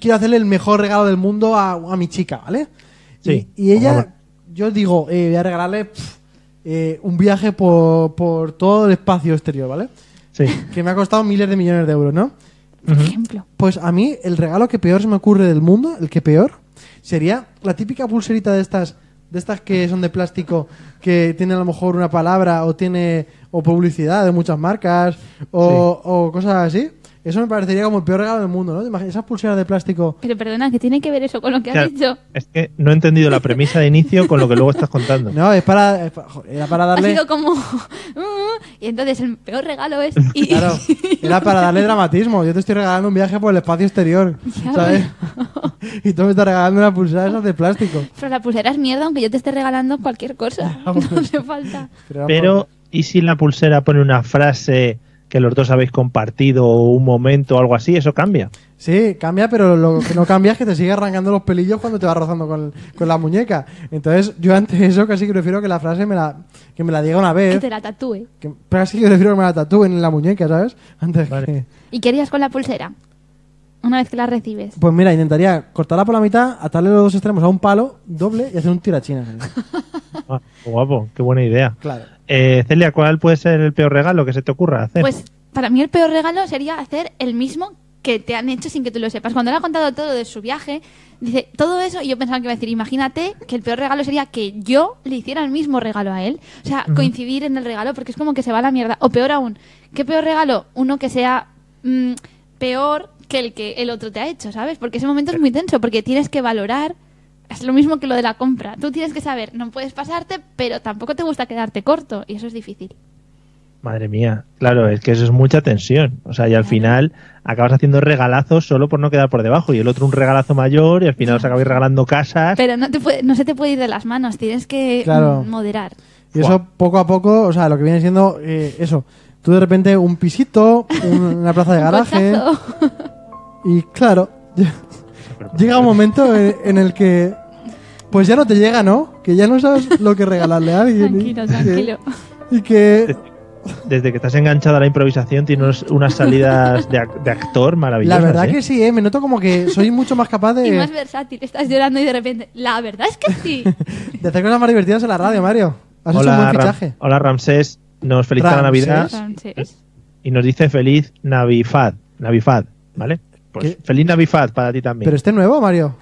quiero hacerle el mejor regalo del mundo a, a mi chica, ¿vale? Sí. Y, y ella, Ojalá. yo digo, eh, voy a regalarle pf, eh, un viaje por, por todo el espacio exterior, ¿vale? Sí. Que me ha costado miles de millones de euros, ¿no? Por ejemplo, Pues a mí el regalo que peor se me ocurre del mundo, el que peor, sería la típica pulserita de estas, de estas que son de plástico, que tiene a lo mejor una palabra o tiene o publicidad de muchas marcas o, o cosas así. Eso me parecería como el peor regalo del mundo, ¿no? ¿Te imaginas? Esas pulseras de plástico. pero perdona, que tiene que ver eso con lo que Claro, has dicho. Es que no he entendido la premisa de inicio con lo que luego estás contando. No, es para, es para- joder, era para Ha darle, sido como... "Mm, y entonces el peor regalo es... y- claro, era para darle dramatismo. Yo te estoy regalando un viaje por el espacio exterior, Ya, ¿sabes? y tú me estás regalando una pulsera de esas de plástico. Pero la pulsera es mierda aunque yo te esté regalando cualquier cosa. No hace falta. era Pero, ¿y si en la pulsera pone una frase que los dos habéis compartido o un momento o algo así? Eso cambia. Sí, cambia, pero lo que no cambia es que te sigue arrancando los pelillos cuando te vas rozando con, con la muñeca. Entonces, yo ante eso casi que prefiero que la frase me la, que me la diga una Que vez. te la tatúe. Que, pero casi que prefiero que me la tatúen en la muñeca, ¿sabes? Antes Vale. que- ¿Y qué harías con la pulsera? Una vez que la recibes. Pues mira, intentaría cortarla por la mitad, atarle los dos extremos a un palo doble y hacer un tirachinas. Ah, qué guapo, qué buena idea. Claro. Eh, Celia, ¿cuál puede ser el peor regalo que se te ocurra hacer? Pues para mí el peor regalo sería hacer el mismo que te han hecho sin que tú lo sepas. Cuando le ha contado todo de su viaje, dice todo eso y yo pensaba que iba a decir, imagínate que el peor regalo sería que yo le hiciera el mismo regalo a él. O sea, coincidir en el regalo porque es como que se va a la mierda. O peor aún, ¿qué peor regalo? Uno que sea mm, peor que el que el otro te ha hecho, ¿sabes? Porque ese momento es muy tenso porque tienes que valorar. Es lo mismo que lo de la compra. Tú tienes que saber, no puedes pasarte, pero tampoco te gusta quedarte corto y eso es difícil. Madre mía, claro, es que eso es mucha tensión. O sea, y al final acabas haciendo regalazos solo por no quedar por debajo y el otro un regalazo mayor y al final os acabáis regalando casas. Pero no, te puede- no se te puede ir de las manos, tienes que Claro. mm, moderar. Y eso poco a poco, o sea, lo que viene siendo eh, eso. Tú de repente un pisito, un- una plaza de Un garaje. cochazo. Y claro, llega un momento en, en el que pues ya no te llega, ¿no? Que ya no sabes lo que regalarle a alguien. tranquilo, y, tranquilo. Y que Desde que estás enganchado a la improvisación tienes unos- unas salidas de, ac- de actor la maravillosas. verdad ¿eh? que sí, ¿eh? Me noto como que soy mucho más capaz Y más de, versátil, estás llorando y de repente, la verdad es que sí. de hacer cosas más divertidas en la radio, Mario. Has hecho un Hola, buen Ram- fichaje. hola Ramsés, nos felicita la Ramsés. Navidad Entonces, y nos dice feliz Navifad, Navifad, ¿vale? Pues ¿Qué? feliz Navifad para ti también. Pero este nuevo, Mario.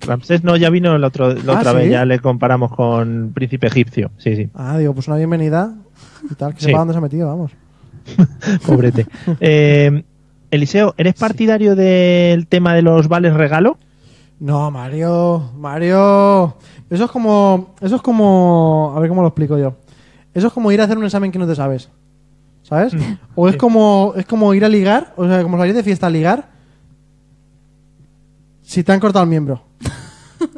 Ramsés no, ya vino la, otro- la Ah, otra vez, ¿sí? ya le comparamos con Príncipe Egipcio. Sí, sí, Ah, digo, pues una bienvenida y tal, que Sí. sepa dónde se ha metido, vamos. pobrete. Eh, Eliseo, ¿eres partidario del tema de los vales regalo? No, Mario, Mario. Eso es como. Eso es como. A ver cómo lo explico yo. Eso es como ir a hacer un examen que no te sabes. ¿Sabes? O es como. Es como ir a ligar. O sea, como salir de fiesta a ligar. Si te han cortado el miembro.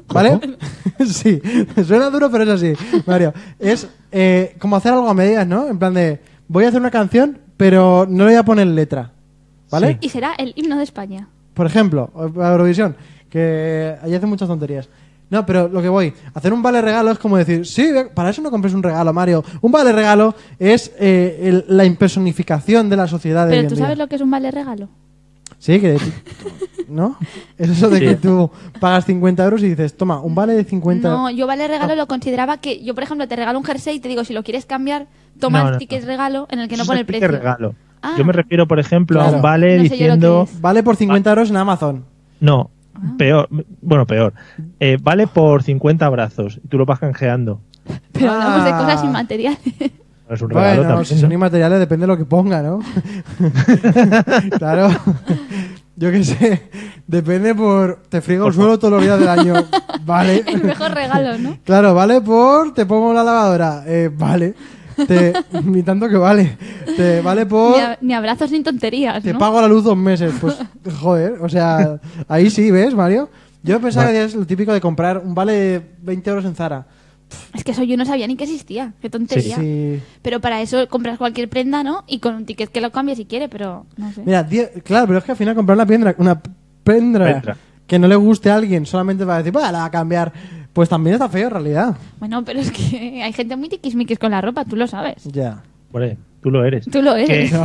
¿Vale? sí. Suena duro, pero es así, Mario. Es eh, como hacer algo a medias, ¿no? En plan de. Voy a hacer una canción, pero no le voy a poner letra. ¿Vale? Y será el himno de España. Por ejemplo, la Eurovisión, que ahí hacen muchas tonterías. No, pero lo que voy, hacer un vale regalo es como decir, sí, para eso no compres un regalo, Mario. Un vale regalo es eh, el- la impersonificación de la sociedad de hoy Pero en tú día. sabes lo que es un vale regalo. Sí, que... ¿No? Es eso de Sí. que tú pagas 50 euros y dices, toma, un vale de 50... No, yo vale Ah. regalo lo consideraba que yo, por ejemplo, te regalo un jersey y te digo, si lo quieres cambiar, toma No, el no, ticket no. regalo en el que no Eso pone es el ticket precio. regalo. Ah. Yo me refiero, por ejemplo, a Claro. un vale No sé yo lo diciendo... que Ah. es. Vale por 50 euros en Amazon. No, peor, bueno, peor. Eh, vale por 50 abrazos y tú lo vas canjeando. Pero hablamos de Ah. cosas inmateriales. No Es un regalo Bueno, también. si son ¿no? inmateriales depende de lo que ponga, ¿no? claro. Yo qué sé. Depende por... Te friego el suelo todos los días del año. Vale. el mejor regalo, ¿no? Claro, vale por... Te pongo la lavadora. Eh, vale. Te, ni tanto que vale. Te vale por... Ni, a- ni abrazos ni tonterías, Te ¿no? pago la luz dos meses. Pues, joder. O sea, ahí sí, ¿ves, Mario? Yo pensaba que es lo típico de comprar un vale de 20 euros en Zara. Es que eso yo no sabía ni que existía. Qué tontería. Sí. Pero para eso compras cualquier prenda, ¿no? Y con un ticket que lo cambies si quiere, pero no sé. Mira, die- claro, pero es que al final comprar una pendra, una pendra Pendra. que no le guste a alguien solamente para decir, "Bah, la va a cambiar, pues también está feo en realidad. Bueno, pero es que hay gente muy tiquismiquis con la ropa, tú lo sabes. Ya. Oh, Hombre, tú lo eres. Tú lo eres. ¿Qué?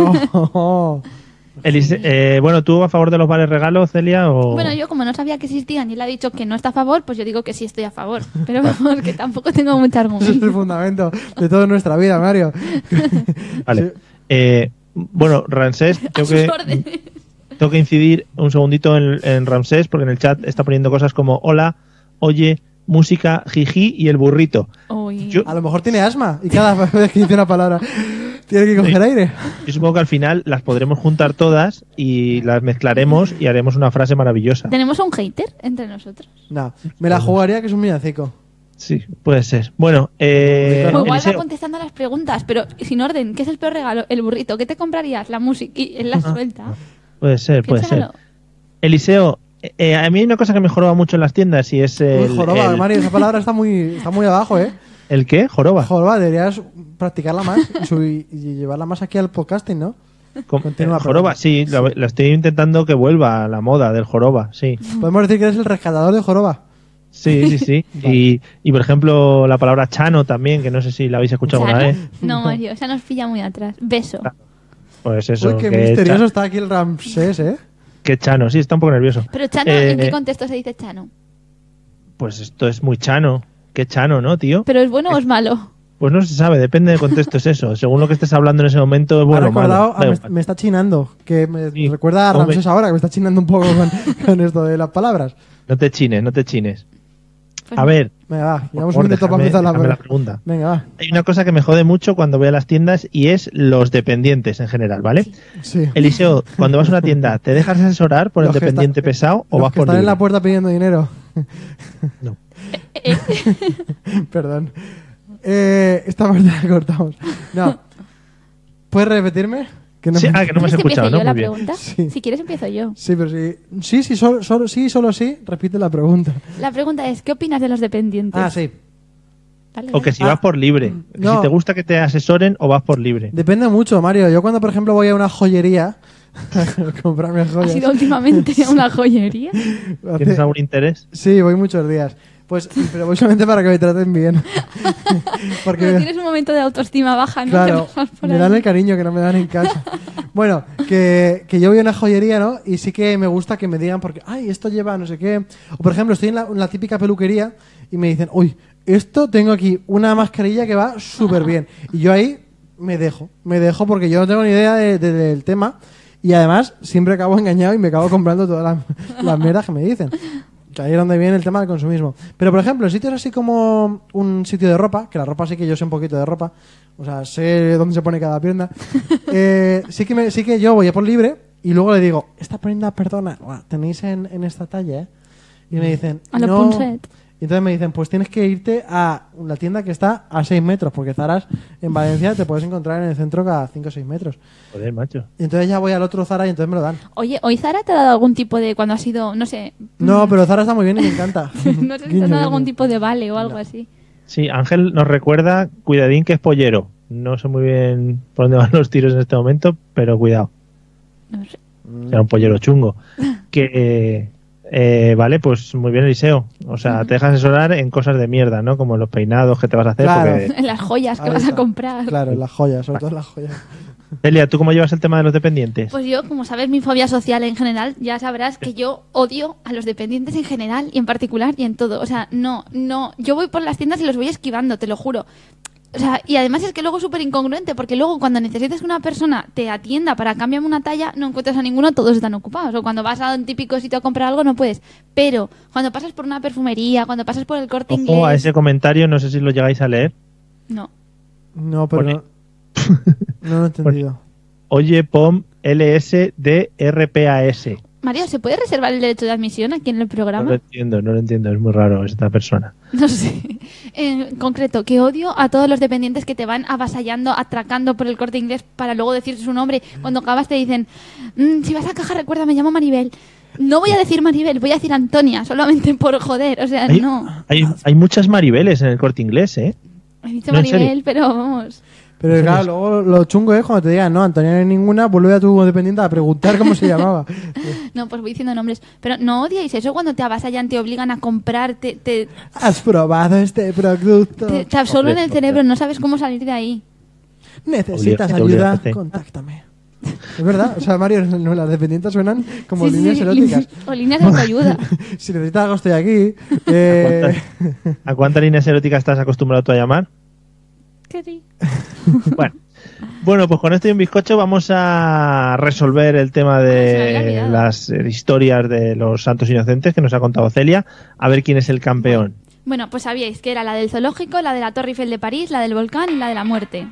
No. Elise- eh, bueno, ¿tú a favor de los vales regalo, Celia? O... Bueno, yo como no sabía que existían y él ha dicho que no está a favor, pues yo digo que sí estoy a favor. Pero vamos, que tampoco tengo Ese mucho es el argumento. fundamento de toda nuestra vida, Mario. Vale. Eh, bueno, Ramsés, A tengo sus que, órdenes. tengo que incidir un segundito en, en Ramsés, porque en el chat está poniendo cosas como hola, oye, música, jiji y el burrito. Uy. Yo- A lo mejor tiene asma y cada vez que dice una palabra tiene que coger aire. Yo supongo que al final las podremos juntar todas y las mezclaremos y haremos una frase maravillosa. Tenemos un hater entre nosotros. No, me la jugaría que es un millacico. Sí, puede ser. Bueno, eh, O igual va Eliseo, contestando a las preguntas, pero sin orden. ¿Qué es el peor regalo? El burrito. ¿Qué te comprarías? La música y él la suelta. puede ser, Ah, pues puede ser. Piénsalo. Eliseo, eh, eh, a mí hay una cosa que me joroba mucho en las tiendas y es Uy, el, joroba, el- Mario, esa palabra está muy, está muy abajo, ¿eh? ¿el qué? Joroba. Joroba, deberías practicarla más y, subir- y llevarla más aquí al podcasting, ¿no? Com- Continúa, eh, joroba, perdón. sí, la, la estoy intentando que vuelva a la moda del joroba, sí. Podemos decir que eres el rescatador de Joroba. Sí, sí, sí. y, y, por ejemplo la palabra chano también, que no sé si la habéis escuchado Ya, alguna vez. No, No, Mario, ya nos pilla muy atrás. Beso. Pues eso, Uy, qué que misterioso cha- está aquí el Ramsés, ¿eh? que chano, sí, está un poco nervioso. Pero Chano, Eh, ¿en qué contexto se dice Chano? Pues esto es muy chano. Qué chano, ¿no, tío? ¿Pero es bueno o es malo? Pues no se sabe, depende del contexto es eso. Según lo que estés hablando en ese momento, es bueno ha o malo. recordado, Da ah, me, igual. me está chinando, que me Sí. recuerda a Hombre. Ramsés ahora, que me está chinando un poco con, con esto de las palabras. No te chines, no te chines. Pues A no. ver, Venga, va, llevamos favor, un minuto para déjame- empezar la, déjame la pregunta. Venga, va. hay una cosa que me jode mucho cuando voy a las tiendas y es los dependientes en general, ¿vale? Sí. Eliseo, cuando vas a una tienda, ¿te dejas asesorar por el Los que dependiente está- pesado o los vas que por están en libre? la puerta pidiendo dinero. No. Eh, eh, Perdón. Eh, esta parte la cortamos. No. ¿Puedes repetirme? Que no Sí, me- ah, que no me has ¿quieres que escuchado, empiece ¿no? yo la Muy bien. pregunta? Sí. Si quieres empiezo yo. Sí, pero sí. Sí, sí, solo, solo- sí, solo sí. Repite la pregunta. La pregunta es, ¿qué opinas de los dependientes? Ah, sí. Dale, O que dale. si vas por libre. Ah, mm, no. Si te gusta que te asesoren o vas por libre. Depende mucho, Mario. Yo cuando, por ejemplo, voy a una joyería a comprarme ¿Has joyas. ido últimamente a una joyería? hace- ¿Tienes algún interés? Sí, voy muchos días. Pues, pero voy solamente para que me traten bien. Cuando tienes un momento de autoestima baja, ¿no? Claro, Te vas por me ahí. dan el cariño que no me dan en casa. bueno, que, que yo voy a una joyería, ¿no? Y sí que me gusta que me digan, porque, ay, esto lleva no sé qué. O por ejemplo, estoy en la, en la típica peluquería y me dicen, uy, esto tengo aquí una mascarilla que va súper bien. Y yo ahí me dejo, me dejo porque yo no tengo ni idea de- de- del tema. Y además, siempre acabo engañado y me acabo comprando todas las, las mierdas que me dicen. Que ahí es donde viene el tema del consumismo. Pero, por ejemplo, en sitios así como un sitio de ropa, que la ropa sí que yo sé un poquito de ropa, o sea, sé dónde se pone cada prenda, eh, sí, que me- sí que yo voy a por libre y luego le digo, esta prenda, perdona, la tenéis en, en esta talla, ¿eh? Y me dicen, A la no. Punset. Y entonces me dicen, pues tienes que irte a la tienda que está a 6 metros, porque Zaras en Valencia te puedes encontrar en el centro cada 5 o 6 metros. Joder, macho. Y entonces ya voy al otro Zara y entonces me lo dan. Oye, ¿hoy Zara te ha dado algún tipo de... cuando has ido, no sé... No, pero Zara está muy bien y me encanta. no sé si te Guiño, han dado guiño. algún tipo de vale o algo así. Sí, Ángel nos recuerda, cuidadín que es pollero. No sé muy bien por dónde van los tiros en este momento, pero cuidado. No sé. Era un pollero chungo. Que, eh, eh, vale, pues muy bien, Eliseo. O sea, te dejas asesorar en cosas de mierda, ¿no? Como los peinados que te vas a hacer. Claro. Porque... Las joyas que Ahí vas está. a comprar. Claro, las joyas, sobre todo las joyas. Delia, ¿tú cómo llevas el tema de los dependientes? Pues yo, como sabes, mi fobia social en general, ya sabrás que yo odio a los dependientes en general y en particular y en todo. O sea, no, no, yo voy por las tiendas y los voy esquivando, te lo juro. O sea, y además es que luego es súper incongruente, porque luego cuando necesitas que una persona te atienda para cambiarme una talla, no encuentras a ninguno, todos están ocupados. O cuando vas a un típico sitio a comprar algo, no puedes. Pero cuando pasas por una perfumería, cuando pasas por el corte Ojo a inglés. ese comentario, no sé si lo llegáis a leer. No. No, pero Pone- no, no lo he entendido. Oye, POM LS de RPAS. Mario, ¿se puede reservar el derecho de admisión aquí en No el programa? lo entiendo, no lo entiendo, es muy raro esta persona. No sé. En concreto, que odio a todos los dependientes que te van avasallando, atracando por el corte inglés para luego decir su nombre. Cuando acabas te dicen, "Mm, si vas a caja recuerda, me llamo Maribel. No voy a decir Maribel, voy a decir Antonia, solamente por joder. O sea, Hay, no. hay, hay muchas Maribeles en el corte inglés, ¿eh? He dicho No, en serio. Maribel, pero vamos. Pero claro, luego lo chungo es cuando te digan, no, Antonia no hay ninguna, pues vuelve a tu dependiente a preguntar cómo se llamaba. No, pues voy diciendo nombres. Pero no odiáis eso cuando te avasallan, te obligan a comprar, te, te, ¿Has probado este producto? te- te absorben Hombre, el cerebro, no sabes cómo salir de ahí. ¿Necesitas Obligate, ayuda? obligate. Contáctame. Es verdad, o sea, Mario, no, las dependientes suenan como Sí, sí, líneas sí, eróticas. O líneas de autoayuda. si necesitas algo, estoy aquí. Eh, ¿A cuántas líneas eróticas estás acostumbrado tú a llamar? Qué rico. Bueno. Bueno, pues con esto y un bizcocho vamos a resolver el tema Ah, se me había de olvidado. las eh, historias de los santos inocentes que nos ha contado Celia, a ver quién es el campeón. Bueno, pues sabíais que era la del zoológico, la de la Torre Eiffel de París, la del volcán y la de la muerte.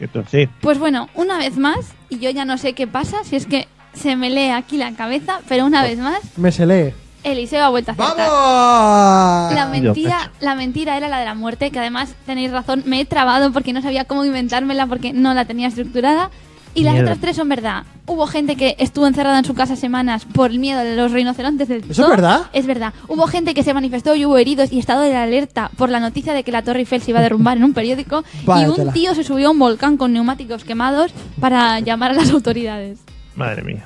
Esto sí. Pues bueno, una vez más, y yo ya no sé qué pasa, si es que se me lee aquí la cabeza, pero una vez más, me se lee. Eliseo ha vuelto a acertar. ¡Vamos! La Ah, Dios, mentira, la mentira era la de la muerte, que además tenéis razón, me he trabado porque no sabía cómo inventármela porque no la tenía estructurada. Y las Mierda. otras tres son verdad. Hubo gente que estuvo encerrada en su casa semanas por el miedo de los rinocerontes del ¿Eso zoo. es verdad? Es verdad. Hubo gente que se manifestó y hubo heridos y estado de alerta por la noticia de que la Torre Eiffel se iba a derrumbar en un periódico. y Váyatela. un tío se subió a un volcán con neumáticos quemados para llamar a las autoridades. Madre mía.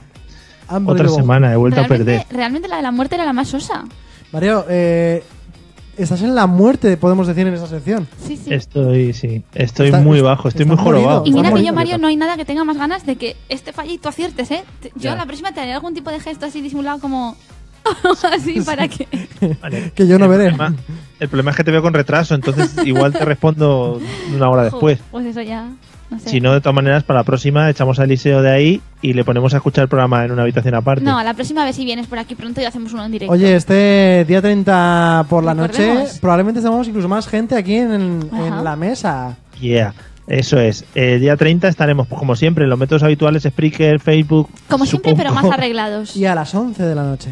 Otra Unbelievable. semana, he vuelto a perder. Realmente, realmente la de la muerte era la más sosa. Mario, eh, estás en la muerte, podemos decir, en esa sección. Sí, sí. Estoy, sí, estoy Está- muy bajo, estoy está muy jorobado. morido. Y mira Vamos, que yo, venga, Mario, no hay nada que tenga más ganas de que este falle y tú aciertes, ¿eh? Te- Yo Ya. a la próxima te haré algún tipo de gesto así disimulado como... Así para que. Vale. Que yo no El veré. problema- el problema es que te veo con retraso, entonces igual te respondo una hora después. Jo, Pues eso ya. No sé. Si no, de todas maneras, para la próxima echamos a Eliseo de ahí y le ponemos a escuchar el programa en una habitación aparte. No, a la próxima vez si vienes por aquí pronto y hacemos uno en directo. Oye, este día 30 por la noche, Recordemos. probablemente estamos incluso más gente aquí en, en Ajá. la mesa. Yeah, eso es. El día 30 estaremos, pues, como siempre, en los métodos habituales, Spreaker, Facebook. Como siempre, pero supongo. más arreglados. Y a las 11 de la noche.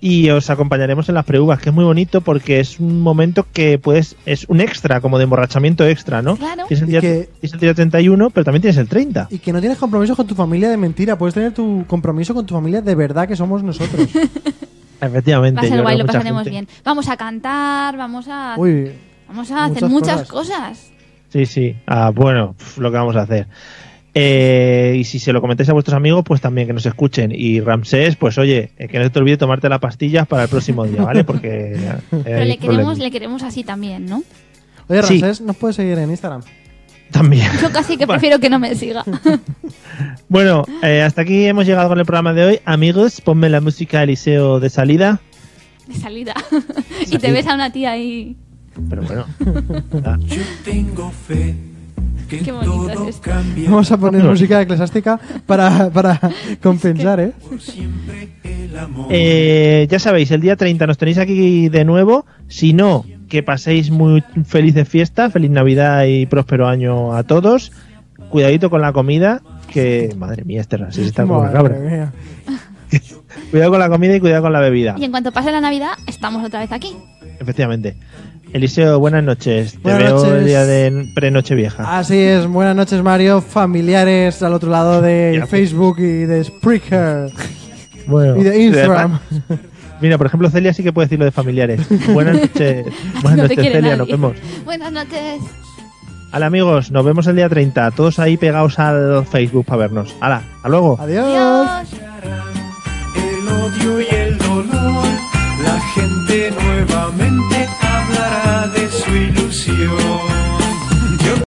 Y os acompañaremos en las preuvas, que es muy bonito porque es un momento que puedes. Es un extra, como de emborrachamiento extra, ¿no? Claro. Es el, Y día, que- es el día 31, pero también tienes el 30. Y que no tienes compromiso con tu familia de mentira, puedes tener tu compromiso con tu familia de verdad que somos nosotros. Efectivamente. Va a yo ser creo guay, que lo mucha pasaremos gente- bien. Vamos a cantar, vamos a, Uy, vamos a hacer muchas muchas cosas. Sí, sí. Ah, bueno, pf, lo que vamos a hacer. Eh, y si se lo comentáis a vuestros amigos, pues también que nos escuchen. Y Ramsés, pues oye, eh, que no se te olvide tomarte las pastillas para el próximo día, ¿vale? Porque. eh, Pero hay le queremos, problemas. le queremos así también, ¿no? oye Sí. Ramsés, nos puedes seguir en Instagram. También. Yo casi que Bueno. prefiero que no me siga. Bueno, eh, hasta aquí hemos llegado con el programa de hoy. Amigos, ponme la música Eliseo de salida. De salida. y te ves a una tía ahí. Pero bueno, Yo tengo fe que Qué bonito todo es esto. cambia. Vamos a poner música eclesiástica para, para compensar, ¿eh? Por siempre el amor. eh, ya sabéis, el día 30 nos tenéis aquí de nuevo. Si no, que paséis muy felices fiestas, feliz Navidad y próspero año a todos. Cuidadito con la comida, que madre mía, este Ramsés está como una Madre cabra. mía. Cuidado con la comida y cuidado con la bebida. Y en cuanto pase la Navidad, estamos otra vez aquí. Efectivamente. Eliseo, buenas noches. Te Buenas veo el noches. Ah, día de pre-noche vieja. Así es, buenas noches Mario, familiares al otro lado de Ya. Facebook y de Spreaker bueno, y de Instagram. Mira, por ejemplo, Celia sí que puede decir lo de familiares. Buenas noches. Buenas no te noches, quiere Celia. nadie. Nos vemos. Buenas noches. Hola, amigos. Nos vemos el día 30. Todos ahí pegados al Facebook para vernos. Hala, hasta luego. Adiós. Adiós. El odio y el